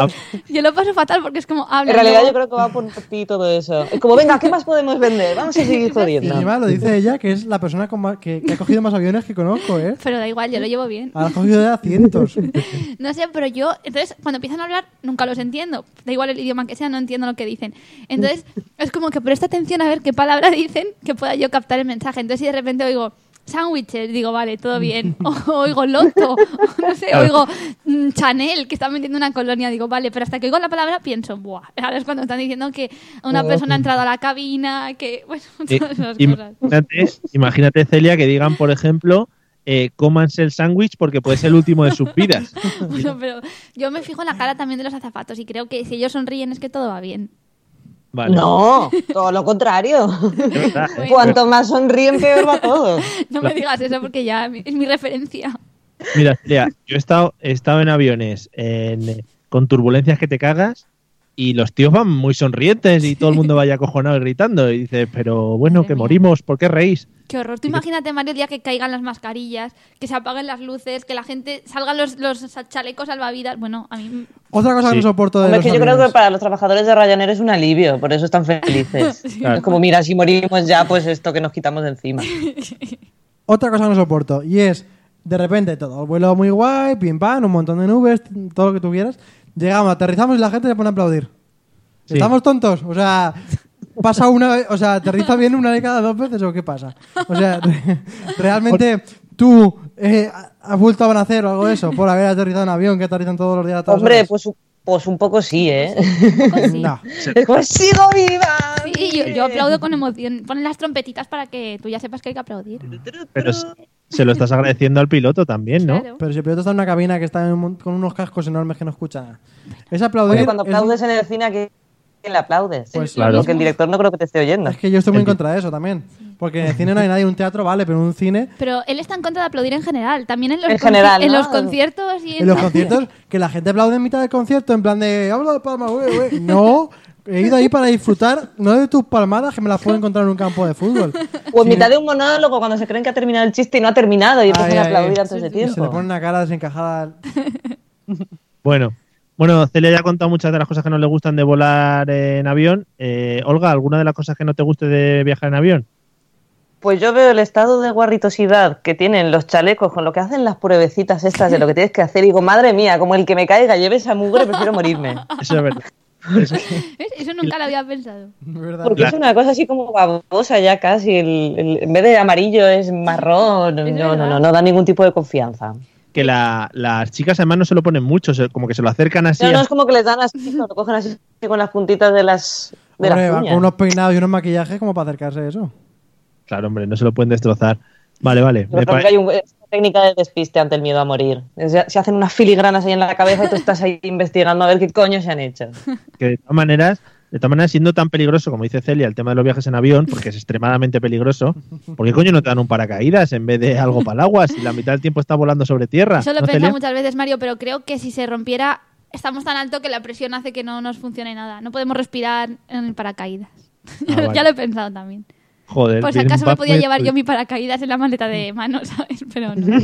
Speaker 5: yo lo paso fatal porque es como.
Speaker 8: En realidad yo creo que va por ti todo eso. Es como, venga, ¿qué más podemos vender? Vamos a seguir
Speaker 4: Y
Speaker 8: jodiendo.
Speaker 4: encima lo dice ella, que es la persona con más- que, que ha cogido más aviones que conozco, ¿eh?
Speaker 5: Pero da igual, yo lo llevo bien.
Speaker 4: Ha cogido de a cientos.
Speaker 5: No sé, pero yo, entonces, cuando empiezan a hablar, nunca los entiendo. Da igual el idioma que sea, no entiendo lo que dicen. Entonces, es como que presta atención a ver qué palabra dicen que pueda yo captar el mensaje. Entonces, si de repente oigo sándwiches, digo, vale, todo bien. O, oigo loto, o no sé,
Speaker 3: Claro.
Speaker 5: oigo mm, Chanel, que están vendiendo una colonia, digo, vale, pero hasta que oigo la palabra pienso, buah, ahora es cuando están diciendo que una persona ha entrado a la cabina, que, bueno,
Speaker 3: Eh,
Speaker 5: todas esas cosas.
Speaker 3: imagínate, imagínate, Celia, que digan, por ejemplo, eh, cómanse el sándwich porque puede ser el último de sus vidas.
Speaker 5: Bueno, pero yo me fijo en la cara también de los azafatos y creo que si ellos sonríen es que todo va bien.
Speaker 3: Vale.
Speaker 8: No, todo lo contrario.
Speaker 3: Es verdad, ¿eh?
Speaker 8: Cuanto más sonríen, peor va todo.
Speaker 5: No me digas eso porque ya mi- es mi referencia.
Speaker 3: Mira, Celia, yo he estado, he estado en aviones en- eh, con turbulencias que te cagas y los tíos van muy sonrientes y todo el mundo vaya acojonado y gritando. Y dices, pero bueno,
Speaker 5: Madre
Speaker 3: que
Speaker 5: mía.
Speaker 3: morimos, ¿por qué reís?
Speaker 5: Qué horror. Tú imagínate, Mario, el día que caigan las mascarillas, que se apaguen las luces, que la gente salgan los, los chalecos salvavidas. Bueno, a mí.
Speaker 4: Otra cosa que no
Speaker 3: Sí.
Speaker 4: soporto de
Speaker 8: Hombre, es
Speaker 4: los
Speaker 8: que yo creo que
Speaker 4: aviones.
Speaker 8: para los trabajadores de Ryanair es un alivio, por eso están felices.
Speaker 3: Claro.
Speaker 8: Es como, mira, si morimos ya, pues esto que nos quitamos de encima.
Speaker 4: Otra cosa que no soporto y es, de repente, todo el vuelo muy guay, pim pam, un montón de nubes, todo lo que tú quieras. Llegamos, aterrizamos y la gente se pone a aplaudir.
Speaker 3: Sí.
Speaker 4: ¿Estamos tontos? O sea, pasa una vez, o sea, aterriza bien una vez cada dos veces o qué pasa? O sea, re- realmente tú eh, has vuelto a nacer o algo de eso por haber aterrizado en avión que aterrizan todos los días a todas
Speaker 8: Hombre,
Speaker 4: horas.
Speaker 8: pues, un- pues un poco sí, ¿eh?
Speaker 5: un poco sí.
Speaker 4: No.
Speaker 8: Es como, ¡sigo viva!
Speaker 5: Sí, yo, yo aplaudo con emoción. Ponen las trompetitas para que tú ya sepas que hay que aplaudir.
Speaker 3: Pero se, se lo estás agradeciendo al piloto también, ¿no?
Speaker 5: Claro.
Speaker 4: Pero si el piloto está en una cabina que está en un mon- con unos cascos enormes que no escucha nada. Es aplaudir.
Speaker 8: Oye, cuando
Speaker 4: es un-
Speaker 8: aplaudes en el cine, ¿a quién le aplaudes?
Speaker 4: Pues
Speaker 8: Porque
Speaker 3: claro.
Speaker 8: el director no creo que te esté oyendo.
Speaker 4: Es que yo estoy muy en contra de eso también. Porque en el cine no hay nadie, en un teatro vale, pero en un cine.
Speaker 5: Pero él está en contra de aplaudir en general. También en los,
Speaker 8: En
Speaker 5: conci-
Speaker 8: general,
Speaker 5: en
Speaker 8: ¿no?
Speaker 5: los conciertos y en.
Speaker 4: En los conciertos, que la gente aplaude en mitad del concierto, en plan de. ¡Habla de palmas, güey, güey". No, he ido ahí para disfrutar, no de tus palmadas que me las puedo encontrar en un campo de fútbol.
Speaker 8: O en mitad de un monólogo, cuando se creen que ha terminado el chiste y no ha terminado, y empiezan
Speaker 4: Ay,
Speaker 8: a
Speaker 4: ay,
Speaker 8: aplaudir
Speaker 4: ay.
Speaker 8: antes de
Speaker 4: Y Se le
Speaker 8: tiempo.
Speaker 4: pone una cara desencajada.
Speaker 3: Bueno, bueno, Celia ya ha contado muchas de las cosas que no le gustan de volar en avión. Eh, Olga, ¿alguna de las cosas que no te guste de viajar en avión?
Speaker 8: Pues yo veo el estado de guarritosidad que tienen los chalecos con lo que hacen las pruebecitas estas de lo que tienes que hacer y digo, madre mía, como el que me caiga lleve esa mugre, prefiero morirme.
Speaker 3: Eso es verdad.
Speaker 5: ¿Ves? Eso nunca lo había pensado.
Speaker 4: ¿Verdad?
Speaker 8: Porque es
Speaker 3: Claro.
Speaker 8: una cosa así como babosa ya casi. el- el- en vez de amarillo es marrón.
Speaker 5: Es
Speaker 8: no, no,
Speaker 5: verdad.
Speaker 8: no, no da ningún tipo de confianza.
Speaker 3: Que la- las chicas además no se lo ponen mucho, se- como que se lo acercan así.
Speaker 8: No, no,
Speaker 3: a-
Speaker 8: es como que les dan así, lo cogen así con las puntitas de las, de las
Speaker 4: Hombre, van
Speaker 8: uñas.
Speaker 4: con unos peinados y unos maquillajes como para acercarse a eso.
Speaker 3: Claro, hombre, no se lo pueden destrozar. Vale, vale.
Speaker 8: Yo
Speaker 3: me
Speaker 8: creo
Speaker 3: pare-
Speaker 8: que hay un- es una técnica de despiste ante el miedo a morir. Es- Se hacen unas filigranas ahí en la cabeza y tú estás ahí investigando a ver qué coño se han hecho.
Speaker 3: que de todas maneras, de todas maneras, siendo tan peligroso, como dice Celia, el tema de los viajes en avión, porque es extremadamente peligroso, ¿por qué coño no te dan un paracaídas en vez de algo para el agua si la mitad del tiempo está volando sobre tierra?
Speaker 5: Eso lo
Speaker 3: ¿No,
Speaker 5: he
Speaker 3: Celia?
Speaker 5: pensado muchas veces, Mario, pero creo que si se rompiera, estamos tan alto que la presión hace que no nos funcione nada. No podemos respirar en el paracaídas. ya, lo-
Speaker 3: vale.
Speaker 5: ya lo he pensado también.
Speaker 3: Joder,
Speaker 5: Por si
Speaker 3: tienes un
Speaker 5: acaso me
Speaker 3: pack
Speaker 5: podía
Speaker 3: muy
Speaker 5: llevar yo
Speaker 3: estudiado.
Speaker 5: mi paracaídas en la maleta de mano, ¿sabes? Pero no.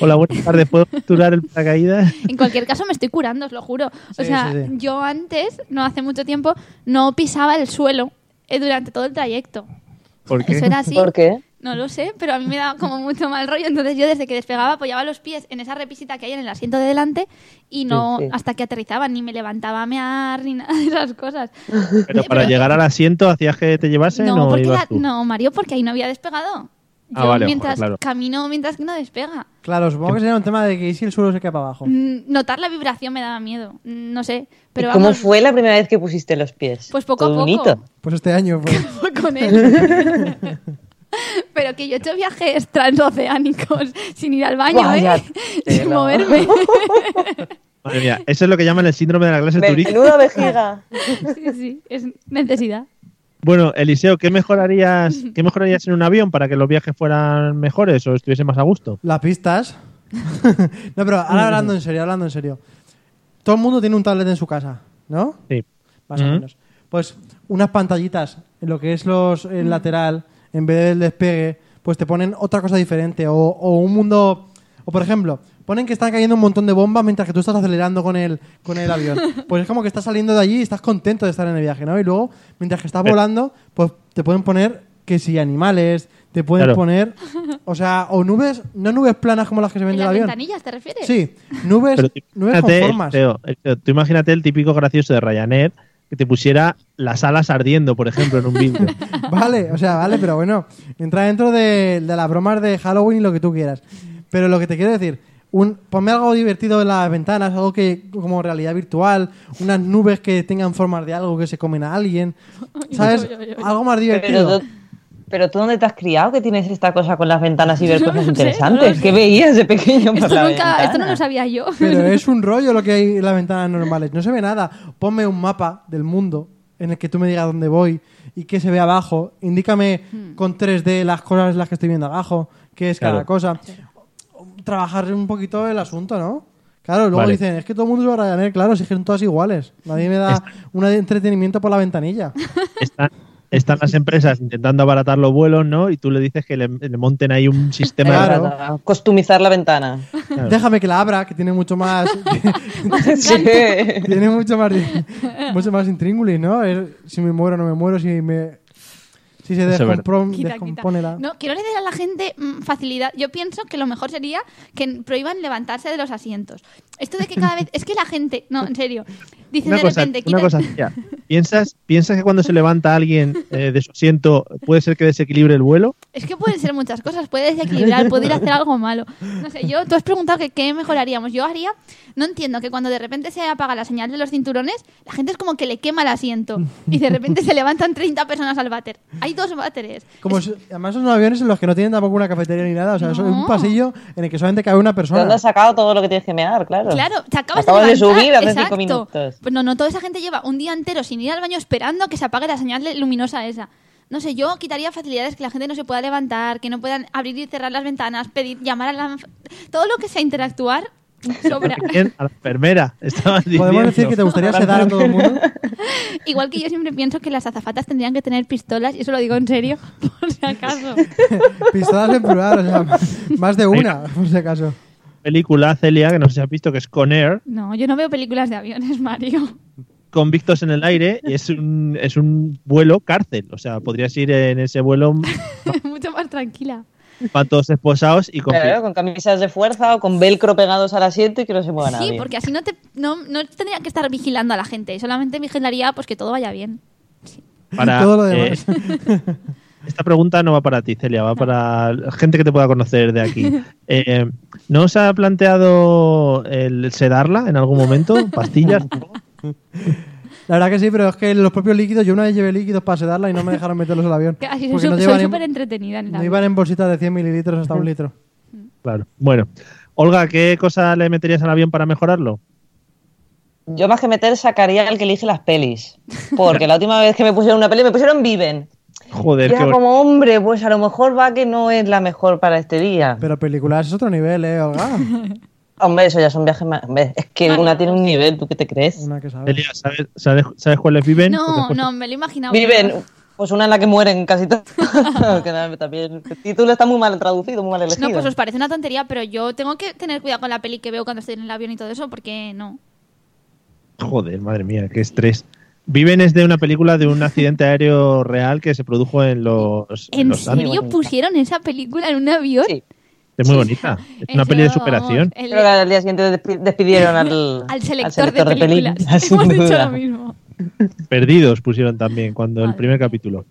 Speaker 3: Hola, buenas tardes, ¿puedo capturar el paracaídas?
Speaker 5: En cualquier caso, me estoy curando, os lo juro. O
Speaker 4: Sí,
Speaker 5: sea,
Speaker 4: sí, sí.
Speaker 5: yo antes, no hace mucho tiempo, no pisaba el suelo eh, durante todo el trayecto.
Speaker 3: ¿Por qué?
Speaker 5: Eso era así.
Speaker 8: ¿Por qué?
Speaker 5: No lo sé, pero a mí me daba como mucho mal rollo. Entonces yo desde que despegaba apoyaba los pies en esa repisita que hay en el asiento de delante y no
Speaker 8: Sí, sí.
Speaker 5: hasta que aterrizaba ni me levantaba a mear ni nada de esas cosas.
Speaker 3: Pero para llegar al asiento, ¿hacías que te llevasen
Speaker 5: no,
Speaker 3: o
Speaker 5: porque
Speaker 3: ibas
Speaker 5: la-
Speaker 3: tú?
Speaker 5: no, Mario, porque ahí no había despegado. Yo
Speaker 3: Ah, vale,
Speaker 5: mientras
Speaker 3: joder, claro.
Speaker 5: camino, mientras que no despega.
Speaker 4: Claro, supongo que sería un tema de que y si el suelo se cae para abajo.
Speaker 5: Mm, Notar la vibración me daba miedo. Mm, No sé, pero
Speaker 8: ¿Y ¿Cómo
Speaker 5: vamos,
Speaker 8: fue la primera vez que pusiste los pies?
Speaker 5: Pues poco a
Speaker 8: Todo
Speaker 5: poco.
Speaker 8: bonito.
Speaker 4: Pues este año fue.
Speaker 5: fue con él. Pero que yo he hecho viajes transoceánicos sin ir al baño,
Speaker 8: Vaya
Speaker 5: ¿eh? sin
Speaker 8: tela.
Speaker 5: moverme.
Speaker 3: Madre mía, eso es lo que llaman el síndrome de la clase turista.
Speaker 8: Menuda vejiga.
Speaker 5: sí, sí, es necesidad.
Speaker 3: Bueno, Eliseo, ¿qué mejorarías, ¿qué mejorarías en un avión para que los viajes fueran mejores o estuviese más a gusto?
Speaker 4: Las pistas. no, pero ahora hablando en serio, hablando en serio. Todo el mundo tiene un tablet en su casa, ¿no?
Speaker 3: Sí.
Speaker 4: Más o
Speaker 3: Ujú.
Speaker 4: menos. Pues unas pantallitas en lo que es los el lateral, en vez del despegue, pues te ponen otra cosa diferente. O, o un mundo. O por ejemplo, ponen que están cayendo un montón de bombas mientras que tú estás acelerando con el, con el avión. Pues es como que estás saliendo de allí y estás contento de estar en el viaje, ¿no? Y luego, mientras que estás
Speaker 3: Eh.
Speaker 4: volando, pues te pueden poner que si animales, te pueden
Speaker 3: Claro.
Speaker 4: poner. O sea, o nubes, no nubes planas como las que se ven
Speaker 5: ¿En
Speaker 4: del
Speaker 5: las
Speaker 4: avión.
Speaker 5: ventanillas te refieres?
Speaker 4: Sí, nubes,
Speaker 3: Pero tú
Speaker 4: nubes con
Speaker 3: imagínate,
Speaker 4: formas.
Speaker 3: Eliseo, Eliseo, tú imagínate el típico gracioso de Ryanair que te pusiera las alas ardiendo, por ejemplo, en un vídeo.
Speaker 4: Vale, o sea, vale, pero bueno, entra dentro de, de las bromas de Halloween y lo que tú quieras. Pero lo que te quiero decir, un, ponme algo divertido en las ventanas, algo que como realidad virtual, unas nubes que tengan formas de algo que se comen a alguien, ¿sabes?
Speaker 5: Oy, oy, oy, oy.
Speaker 4: Algo más
Speaker 8: Pero,
Speaker 4: divertido.
Speaker 8: tú- pero tú dónde te has criado que tienes esta cosa con las ventanas y ver
Speaker 5: No
Speaker 8: cosas
Speaker 5: lo sé,
Speaker 8: interesantes.
Speaker 5: no lo
Speaker 8: ¿Qué veías de pequeño por
Speaker 5: Esto,
Speaker 8: la
Speaker 5: nunca, esto no
Speaker 8: ventana?
Speaker 5: lo sabía yo.
Speaker 4: Pero es un rollo lo que hay en las ventanas normales. No se ve nada. Ponme un mapa del mundo en el que tú me digas dónde voy y qué se ve abajo. Indícame con 3D las cosas las que estoy viendo abajo, qué es cada
Speaker 3: Claro.
Speaker 4: cosa. Trabajar un poquito el asunto, ¿no? Claro, luego
Speaker 3: Vale.
Speaker 4: dicen, es que todo el mundo se va a Ryanair, claro, si es que son todas iguales. Nadie me da un entretenimiento por la ventanilla.
Speaker 3: Están, están las empresas intentando abaratar los vuelos, ¿no? Y tú le dices que le, le monten ahí un sistema de-
Speaker 4: Claro.
Speaker 8: Claro. Costumizar la ventana.
Speaker 3: Claro.
Speaker 4: Déjame que la abra, que tiene mucho más...
Speaker 8: Sí.
Speaker 4: Tiene mucho más, mucho más intríngulis, ¿no? Es si me muero, no me muero, si me. Si se
Speaker 3: Eso es verdad.
Speaker 4: descomprom-
Speaker 5: Quita, quita.
Speaker 4: descompone la.
Speaker 5: No, quiero decir a la gente mm, facilidad. Yo pienso que lo mejor sería que prohíban levantarse de los asientos. Esto de que cada vez. Es que la gente. No, en serio. Dicen
Speaker 3: Una
Speaker 5: de
Speaker 3: cosa,
Speaker 5: repente.
Speaker 3: una
Speaker 5: quita-
Speaker 3: cosa, tía. ¿Piensas, ¿Piensas que cuando se levanta alguien eh, de su asiento puede ser que desequilibre el vuelo?
Speaker 5: Es que pueden ser muchas cosas, puede desequilibrar, puede ir a hacer algo malo. No sé, yo, tú has preguntado que qué mejoraríamos. Yo haría, no entiendo que cuando de repente se apaga la señal de los cinturones, la gente es como que le quema el asiento y de repente se levantan 30 personas al váter. Hay dos váteres.
Speaker 4: Como si- además son aviones en los que no tienen tampoco una cafetería ni nada, o sea, es un
Speaker 5: No.
Speaker 4: pasillo en el que solamente cabe una
Speaker 8: ¿De dónde
Speaker 4: persona.
Speaker 8: has sacado todo lo que tienes que mear? Claro.
Speaker 5: Claro, te acabas,
Speaker 8: Acabas de
Speaker 5: levantar,
Speaker 8: subir hace
Speaker 5: exacto.
Speaker 8: cinco minutos.
Speaker 5: Pues no, no, toda esa gente lleva un día entero sin ir al baño esperando que se apague la señal luminosa esa. No sé, yo quitaría facilidades que la gente no se pueda levantar, que no puedan abrir y cerrar las ventanas, pedir, llamar a la... Todo lo que sea interactuar sobra.
Speaker 3: Bien, a la enfermera. Estabas
Speaker 4: Podemos
Speaker 3: diciendo.
Speaker 4: decir que te gustaría sedar a todo el mundo.
Speaker 5: Igual que yo siempre pienso que las azafatas tendrían que tener pistolas, y eso lo digo en serio, por si acaso.
Speaker 4: Pistolas en plural, o sea, más de una, por si acaso.
Speaker 3: película, Celia, que no sé si has visto, que es Con Air,
Speaker 5: No, yo no veo películas de aviones, Mario.
Speaker 3: convictos en el aire, y es un, es un vuelo cárcel. O sea, podrías ir en ese vuelo
Speaker 5: Mucho más tranquila.
Speaker 3: Van todos esposados y con
Speaker 8: Claro, con camisas de fuerza o con velcro pegados al asiento y que no se mueva nadie.
Speaker 5: Sí, porque así no, te, no, no tendría que estar vigilando a la gente. Solamente vigilaría pues que todo vaya bien.
Speaker 3: para,
Speaker 4: todo lo demás.
Speaker 3: eh, esta pregunta no va para ti, Celia, va para gente que te pueda conocer de aquí. Eh, ¿No os ha planteado el sedarla en algún momento? ¿Pastillas?
Speaker 4: La verdad que sí, pero es que los propios líquidos, yo una vez llevé líquidos para sedarla y no me dejaron meterlos al avión.
Speaker 5: Que así
Speaker 4: porque
Speaker 5: soy
Speaker 4: no
Speaker 5: súper
Speaker 4: llevan en-
Speaker 5: entretenida en el
Speaker 4: no
Speaker 5: avión.
Speaker 4: iban en bolsitas de 100 mililitros hasta un litro.
Speaker 3: Claro. Bueno. Olga, ¿qué cosa le meterías al avión para mejorarlo?
Speaker 8: Yo más que meter sacaría al que elige las pelis. Porque la última vez que me pusieron una peli me pusieron Viven.
Speaker 3: Joder,
Speaker 8: Ya
Speaker 3: qué bonito.
Speaker 8: como hombre, pues a lo mejor va que no es la mejor para este día.
Speaker 4: Pero películas es otro nivel, ¿eh, Olga?
Speaker 8: Hombre, eso ya son viajes más... hombre, Es que una tiene un nivel, ¿tú qué te crees?
Speaker 4: Una que sabe.
Speaker 3: Celia, ¿sabes, sabes, sabes cuáles viven?
Speaker 5: No, no, me lo imaginaba.
Speaker 8: Viven, pues una en la que mueren casi todos. Que nada, también el título está muy mal traducido, muy mal elegido.
Speaker 5: No, pues os parece una tontería, pero yo tengo que tener cuidado con la peli que veo cuando estoy en el avión y todo eso, porque no.
Speaker 3: Joder, madre mía, qué estrés. Viven es de una película de un accidente aéreo real que se produjo en los, en
Speaker 5: ¿En
Speaker 3: los Andes.
Speaker 5: serio pusieron esa película en un avión?
Speaker 8: Sí.
Speaker 3: Es muy bonita. Es una
Speaker 5: Eso,
Speaker 3: peli de
Speaker 5: vamos,
Speaker 3: superación.
Speaker 5: el-
Speaker 8: Creo que al día siguiente despi- despidieron al,
Speaker 5: al selector, de películas.
Speaker 8: sin
Speaker 5: Hemos dicho
Speaker 8: duda.
Speaker 5: lo mismo.
Speaker 3: Perdidos pusieron también cuando el
Speaker 5: Vale.
Speaker 3: primer capítulo.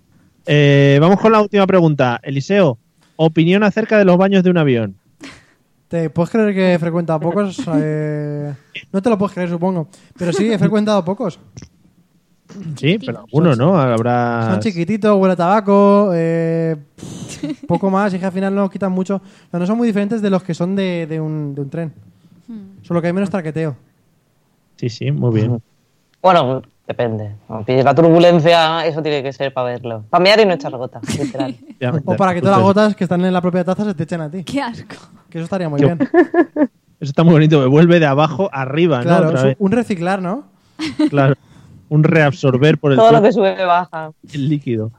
Speaker 3: Eh, vamos con la última pregunta. Eliseo, opinión acerca de los baños de un avión.
Speaker 4: ¿Te puedes creer que he frecuentado pocos? Eh, No te lo puedes creer, supongo. Pero sí, he frecuentado pocos.
Speaker 3: Sí, pero alguno, ¿no? Habrá.
Speaker 4: Son chiquititos, huele a tabaco, eh, poco más, y que al final no quitan mucho. No, no son muy diferentes de los que son de, de un, de un tren. Solo que hay menos traqueteo.
Speaker 3: Sí, sí, muy bien.
Speaker 8: Bueno, depende. La turbulencia, eso tiene que ser para verlo. Para mear y no echar gota, literal.
Speaker 3: Ya,
Speaker 4: O
Speaker 3: ya,
Speaker 4: para que todas las
Speaker 3: justo.
Speaker 4: gotas que están en la propia taza se te echen a ti.
Speaker 5: Qué asco.
Speaker 4: Que eso estaría muy
Speaker 3: Yo-
Speaker 4: bien.
Speaker 3: Eso está muy bonito, que vuelve de abajo arriba, Ah, ¿no?
Speaker 4: Claro,
Speaker 3: Otra
Speaker 4: es
Speaker 3: vez,
Speaker 4: un reciclar, ¿no?
Speaker 3: claro. Un reabsorber por el,
Speaker 8: Todo lo
Speaker 3: cuerpo
Speaker 8: que sube baja.
Speaker 3: el líquido.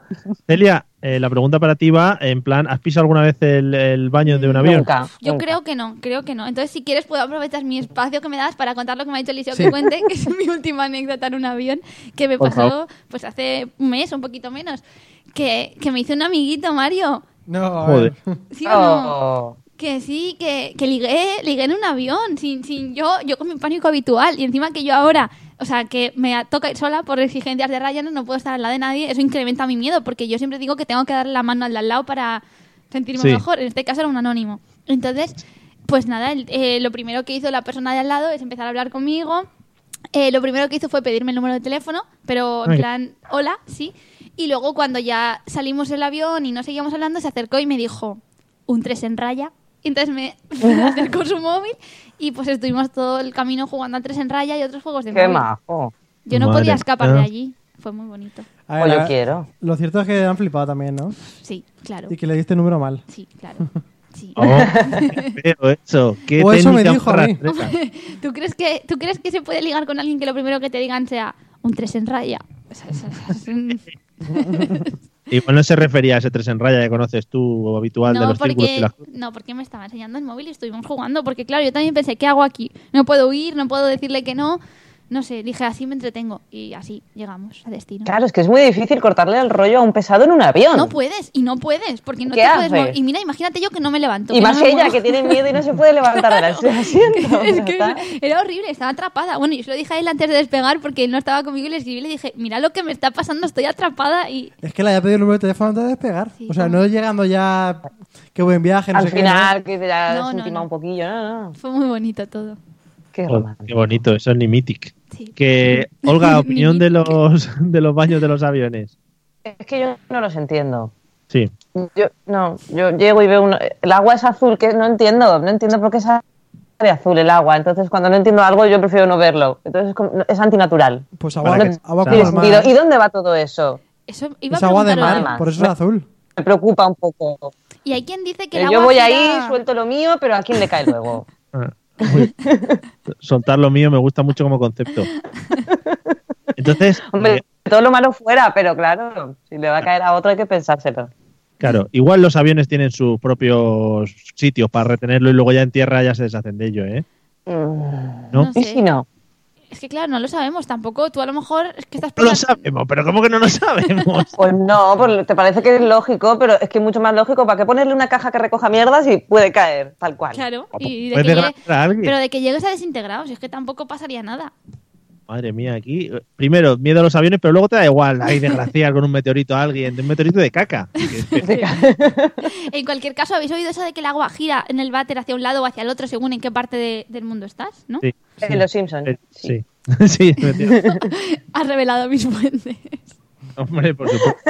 Speaker 3: Celia, eh, la pregunta para ti va en plan, ¿has pisado alguna vez el, el baño de un avión?
Speaker 8: Nunca.
Speaker 5: Yo
Speaker 8: nunca.
Speaker 5: creo que no, creo que no. Entonces, si quieres, puedo aprovechar mi espacio que me das para contar lo que me ha dicho Eliseo
Speaker 4: Sí.
Speaker 5: que cuente, que es mi última anécdota en un avión que me
Speaker 3: Por
Speaker 5: pasó
Speaker 3: favor.
Speaker 5: pues hace un mes, un poquito menos, que, que me hizo un amiguito, Mario.
Speaker 4: No, a ver.
Speaker 5: ¿Sí o no?
Speaker 8: Oh.
Speaker 5: Que sí, que, que ligué, ligué en un avión, sin, sin yo, yo con mi pánico habitual. Y encima que yo ahora, o sea, que me a- toca ir sola por exigencias de Ryanair, no puedo estar al lado de nadie, eso incrementa mi miedo, porque yo siempre digo que tengo que darle la mano al de al lado para sentirme
Speaker 3: Sí.
Speaker 5: mejor. En este caso era un anónimo. Entonces, pues nada, el- eh, lo primero que hizo la persona de al lado es empezar a hablar conmigo. Eh, lo primero que hizo fue pedirme el número de teléfono, pero en
Speaker 3: Ay.
Speaker 5: plan, hola, sí. Y luego cuando ya salimos del avión y no seguíamos hablando, se acercó y me dijo, un tres en raya. Y entonces me acercó su móvil y pues estuvimos todo el camino jugando al tres en raya y otros juegos de
Speaker 8: Qué
Speaker 5: móvil.
Speaker 8: majo.
Speaker 5: Yo no
Speaker 3: Madre
Speaker 5: podía escapar de
Speaker 3: mía.
Speaker 5: allí. Fue muy bonito.
Speaker 4: A
Speaker 8: O
Speaker 4: ver,
Speaker 8: Pues yo
Speaker 4: a-
Speaker 8: quiero.
Speaker 4: Lo cierto es que han flipado también, ¿no?
Speaker 5: Sí, claro.
Speaker 4: Y que le diste número mal.
Speaker 5: Sí, claro. Sí.
Speaker 3: Oh, qué feo eso. Qué
Speaker 4: O eso me
Speaker 3: técnica
Speaker 4: dijo a mí.
Speaker 3: rastrera.
Speaker 5: ¿Tú crees que tú crees que se puede ligar con alguien que lo primero que te digan sea un tres en raya? O sea, eso- eso es un-
Speaker 3: Igual no se refería a ese tres en raya que conoces tú o habitual de
Speaker 5: No
Speaker 3: los círculos y
Speaker 5: porque,
Speaker 3: las
Speaker 5: no, porque me estaba enseñando el móvil y estuvimos jugando. Porque, claro, yo también pensé, ¿qué hago aquí? No puedo huir, no puedo decirle que no. No sé, dije, así me entretengo. Y así llegamos a destino.
Speaker 8: Claro, es que es muy difícil cortarle el rollo a un pesado en un avión.
Speaker 5: No puedes, y no puedes, porque no
Speaker 8: Ah. ¿Qué
Speaker 5: te puedes mover.
Speaker 8: haces?
Speaker 5: Y mira, imagínate yo que no me levanto.
Speaker 8: y
Speaker 5: no
Speaker 8: más
Speaker 5: me
Speaker 8: ella,
Speaker 5: muevo.
Speaker 8: que tiene miedo y no se puede levantar del asiento.
Speaker 5: es que
Speaker 8: ¿verdad?
Speaker 5: era horrible, estaba atrapada. Bueno, yo se lo dije a él antes de despegar porque él no estaba conmigo y le escribí y le dije, mira lo que me está pasando, estoy atrapada y...
Speaker 4: Es que le había pedido el número de teléfono antes de despegar.
Speaker 5: Sí,
Speaker 4: o sea,
Speaker 5: como-
Speaker 4: no llegando ya. Qué buen viaje, no
Speaker 8: Al
Speaker 4: sé
Speaker 8: final, que ya
Speaker 5: No,
Speaker 8: se
Speaker 5: no,
Speaker 8: intima
Speaker 5: no.
Speaker 8: un poquillo. No, no.
Speaker 5: Fue muy bonito todo.
Speaker 8: Qué
Speaker 3: Oh,
Speaker 8: romántico.
Speaker 3: Qué bonito, eso es ni Mythic.
Speaker 5: Sí.
Speaker 3: Que, Olga,
Speaker 5: Ni
Speaker 3: opinión de
Speaker 5: Mythic.
Speaker 3: los, de los baños de los aviones.
Speaker 8: Es que yo no los entiendo.
Speaker 3: Sí.
Speaker 8: Yo, no, yo llego y veo uno. El agua es azul, que no entiendo. No entiendo por qué es de azul el agua. Entonces, cuando no entiendo algo, yo prefiero no verlo. Entonces, es, como- no- es antinatural.
Speaker 4: qué. Pues agua,
Speaker 3: Para que-
Speaker 4: agua
Speaker 3: Claro.
Speaker 8: Tiene
Speaker 4: como el mar.
Speaker 8: sentido. ¿Y dónde va todo eso?
Speaker 5: Eso iba
Speaker 4: Es
Speaker 5: a
Speaker 4: agua de
Speaker 5: preguntaros.
Speaker 4: mar, por eso es azul.
Speaker 8: Me preocupa un poco.
Speaker 5: Y hay quien dice que el
Speaker 8: Eh,
Speaker 5: agua
Speaker 8: yo voy
Speaker 5: gira-
Speaker 8: ahí, suelto lo mío, pero ¿a quién le cae luego?
Speaker 3: Ah, muy- Soltar lo mío me gusta mucho como concepto. Entonces, eh,
Speaker 8: Hombre, todo lo malo fuera, pero claro, si le va a caer a otro hay que pensárselo.
Speaker 3: claro, igual los aviones tienen sus propios sitios para retenerlo y luego ya en tierra ya se deshacen de ello, ¿eh?
Speaker 8: Mm,
Speaker 3: ¿no?
Speaker 5: Ah, No
Speaker 8: ¿Y
Speaker 5: sé.
Speaker 8: si no?
Speaker 5: Es que claro, no lo sabemos tampoco. Tú a lo mejor es que estás
Speaker 3: No lo
Speaker 5: pensando-
Speaker 3: sabemos, pero ¿cómo que no lo sabemos?
Speaker 8: Pues no, pues te parece que es lógico, pero es que es mucho más lógico. ¿Para qué ponerle una caja que recoja mierdas y puede caer? Tal cual.
Speaker 5: Claro,
Speaker 3: Guapo,
Speaker 5: y de
Speaker 3: puedes
Speaker 5: que llegue-
Speaker 3: desgranar a alguien.
Speaker 5: pero de que llegues a desintegrados, es que tampoco pasaría nada.
Speaker 3: Madre mía, aquí. eh, Primero, miedo a los aviones, pero luego te da igual. Hay desgraciar con un meteorito a alguien. de Un meteorito de caca.
Speaker 5: En cualquier caso, ¿habéis oído eso de que el agua gira en el váter hacia un lado o hacia el otro según en qué parte de- del mundo estás? ¿no?
Speaker 3: Sí.
Speaker 8: En los Simpsons.
Speaker 3: Eh, Sí. Sí, efectivamente.
Speaker 5: Has revelado mis fuentes.
Speaker 3: Hombre, por supuesto.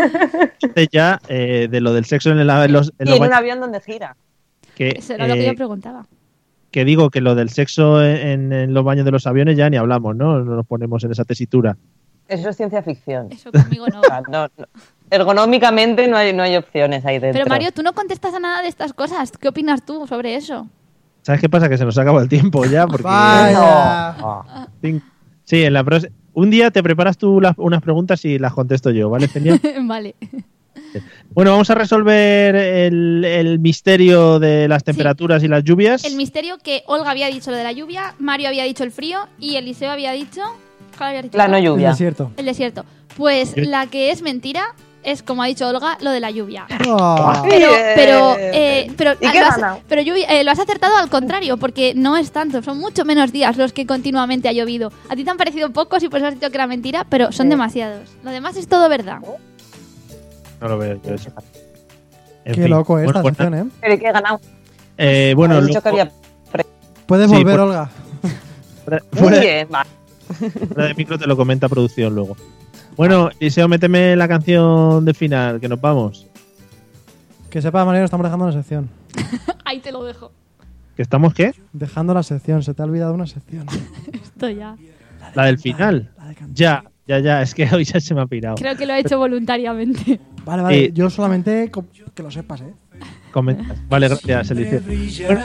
Speaker 3: Este Ya eh, de lo del sexo en, el, en los. en los
Speaker 8: Y en un
Speaker 3: baños,
Speaker 8: avión donde gira.
Speaker 3: que,
Speaker 5: Eso era lo que
Speaker 3: eh,
Speaker 5: yo preguntaba.
Speaker 3: que digo que lo del sexo en, en los baños de los aviones ya ni hablamos, ¿no? No nos ponemos en esa tesitura.
Speaker 8: Eso es ciencia ficción.
Speaker 5: Eso conmigo no.
Speaker 8: O sea, no- no- Ergonómicamente no hay, no hay opciones ahí dentro.
Speaker 5: Pero Mario, tú no contestas a nada de estas cosas. ¿Qué opinas tú sobre eso?
Speaker 3: ¿Sabes qué pasa? Que se nos acabó el tiempo ya. Porque
Speaker 4: Vaya. Ah,
Speaker 3: Cin- Sí, en la próxima. Un día te preparas tú las- unas preguntas y las contesto yo, ¿vale, Peña?
Speaker 5: vale.
Speaker 3: Bueno, vamos a resolver el, el misterio de las temperaturas y las lluvias.
Speaker 5: El misterio que Olga había dicho lo de la lluvia, Mario había dicho el frío y Eliseo había dicho. ¿Cuál había dicho?
Speaker 8: La no
Speaker 4: El
Speaker 8: lluvia.
Speaker 4: desierto.
Speaker 5: El desierto. Pues
Speaker 3: Yo-
Speaker 5: la que es mentira es, como ha dicho Olga, lo de la lluvia.
Speaker 4: Ah.
Speaker 5: Pero,
Speaker 8: Bien.
Speaker 5: pero, eh, pero,
Speaker 8: ¿Y
Speaker 5: ah,
Speaker 8: qué
Speaker 5: lo, has,
Speaker 8: gana?
Speaker 5: pero yo- eh, lo has acertado al contrario, porque no es tanto, son mucho menos días los que continuamente ha llovido. A ti te han parecido pocos y por eso has dicho que era mentira, pero son demasiados. Lo demás es todo verdad.
Speaker 3: No lo veo yo eso. En
Speaker 4: Qué
Speaker 3: fin.
Speaker 4: loco esta
Speaker 3: Bueno,
Speaker 4: sección, ¿eh?
Speaker 8: Pero ¿y qué ganamos?
Speaker 3: eh, bueno,
Speaker 8: Has dicho
Speaker 3: luego-
Speaker 8: que había...
Speaker 4: Puedes
Speaker 3: Sí,
Speaker 4: volver,
Speaker 3: pues-
Speaker 4: Olga.
Speaker 3: fuera-
Speaker 8: Muy
Speaker 3: fuera-
Speaker 8: bien, va.
Speaker 3: fuera de micro te lo comenta producción luego. Bueno, Eliseo, méteme la canción de final, que nos vamos.
Speaker 4: Que sepa, Mario, estamos dejando la sección.
Speaker 5: Ahí te lo dejo.
Speaker 3: ¿Que estamos qué?
Speaker 4: Dejando la sección, se te ha olvidado una sección.
Speaker 5: Esto ya.
Speaker 3: La del final.
Speaker 4: La de cantar.
Speaker 3: Ya, ya, ya. Es que hoy ya se me ha pirado.
Speaker 5: Creo que lo he hecho voluntariamente.
Speaker 4: Vale, vale,
Speaker 3: Eh,
Speaker 4: yo solamente co- que lo sepas, ¿eh?
Speaker 3: Comentas. Vale, gracias, Eliseo.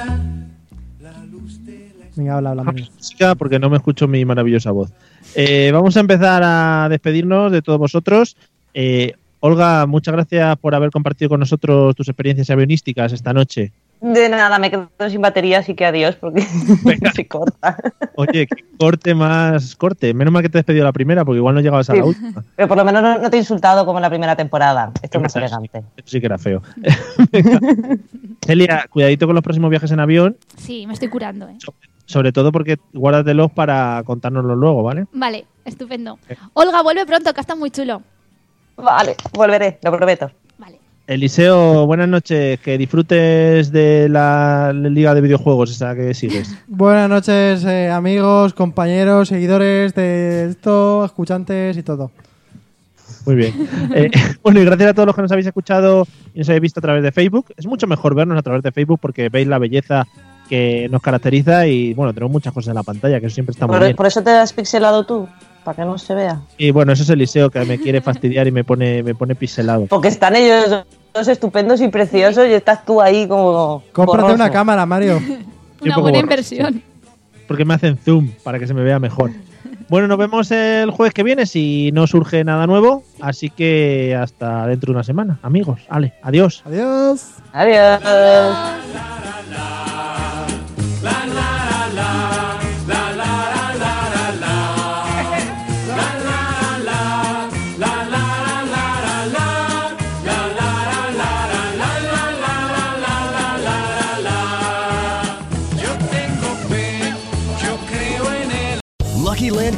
Speaker 4: Venga, habla, habla. Mario.
Speaker 3: música porque no me escucho mi maravillosa voz. Eh, vamos a empezar a despedirnos de todos vosotros. Eh, Olga, muchas gracias por haber compartido con nosotros tus experiencias avionísticas esta noche.
Speaker 8: De nada, me quedo sin batería, así que adiós, porque se corta.
Speaker 3: Oye, qué corte más corte. Menos mal que te has despedido la primera, porque igual no llegabas a
Speaker 8: Sí.
Speaker 3: la última.
Speaker 8: Pero por lo menos no, no te he insultado como en la primera temporada. Esto es más
Speaker 3: Eso sí-
Speaker 8: elegante.
Speaker 3: Eso sí que era feo. Venga. Celia, cuidadito con los próximos viajes en avión,
Speaker 5: Sí, me estoy curando, ¿eh?
Speaker 3: sobre todo porque guárdatelos para contárnoslos luego, ¿vale?
Speaker 5: Vale, estupendo. Olga, vuelve pronto, que está muy chulo.
Speaker 8: Vale, volveré, lo prometo.
Speaker 5: Vale.
Speaker 3: Eliseo, buenas noches. Que disfrutes de la liga de videojuegos esa que sigues.
Speaker 4: Buenas noches, eh, amigos, compañeros, seguidores de esto, escuchantes y todo.
Speaker 3: Muy bien. Eh, bueno, y gracias a todos los que nos habéis escuchado y nos habéis visto a través de Facebook. Es mucho mejor vernos a través de Facebook porque veis la belleza que nos caracteriza y bueno, tenemos muchas cosas en la pantalla que eso siempre está muy
Speaker 8: Por,
Speaker 3: bien.
Speaker 8: por eso te has pixelado tú, para que no se vea.
Speaker 3: Y bueno, eso es Eliseo que me quiere fastidiar y me pone, me pone pixelado.
Speaker 8: Porque están ellos dos estupendos y preciosos y estás tú ahí como.
Speaker 4: Cómprate
Speaker 8: borroso.
Speaker 4: una cámara, Mario.
Speaker 5: Una
Speaker 3: poco
Speaker 5: buena
Speaker 3: borroso.
Speaker 5: inversión.
Speaker 3: Porque me hacen zoom para que se me vea mejor. Bueno, nos vemos el jueves que viene si no surge nada nuevo. Así que hasta dentro de una semana, amigos. Ale, adiós.
Speaker 4: Adiós.
Speaker 8: Adiós.
Speaker 9: Lucky Land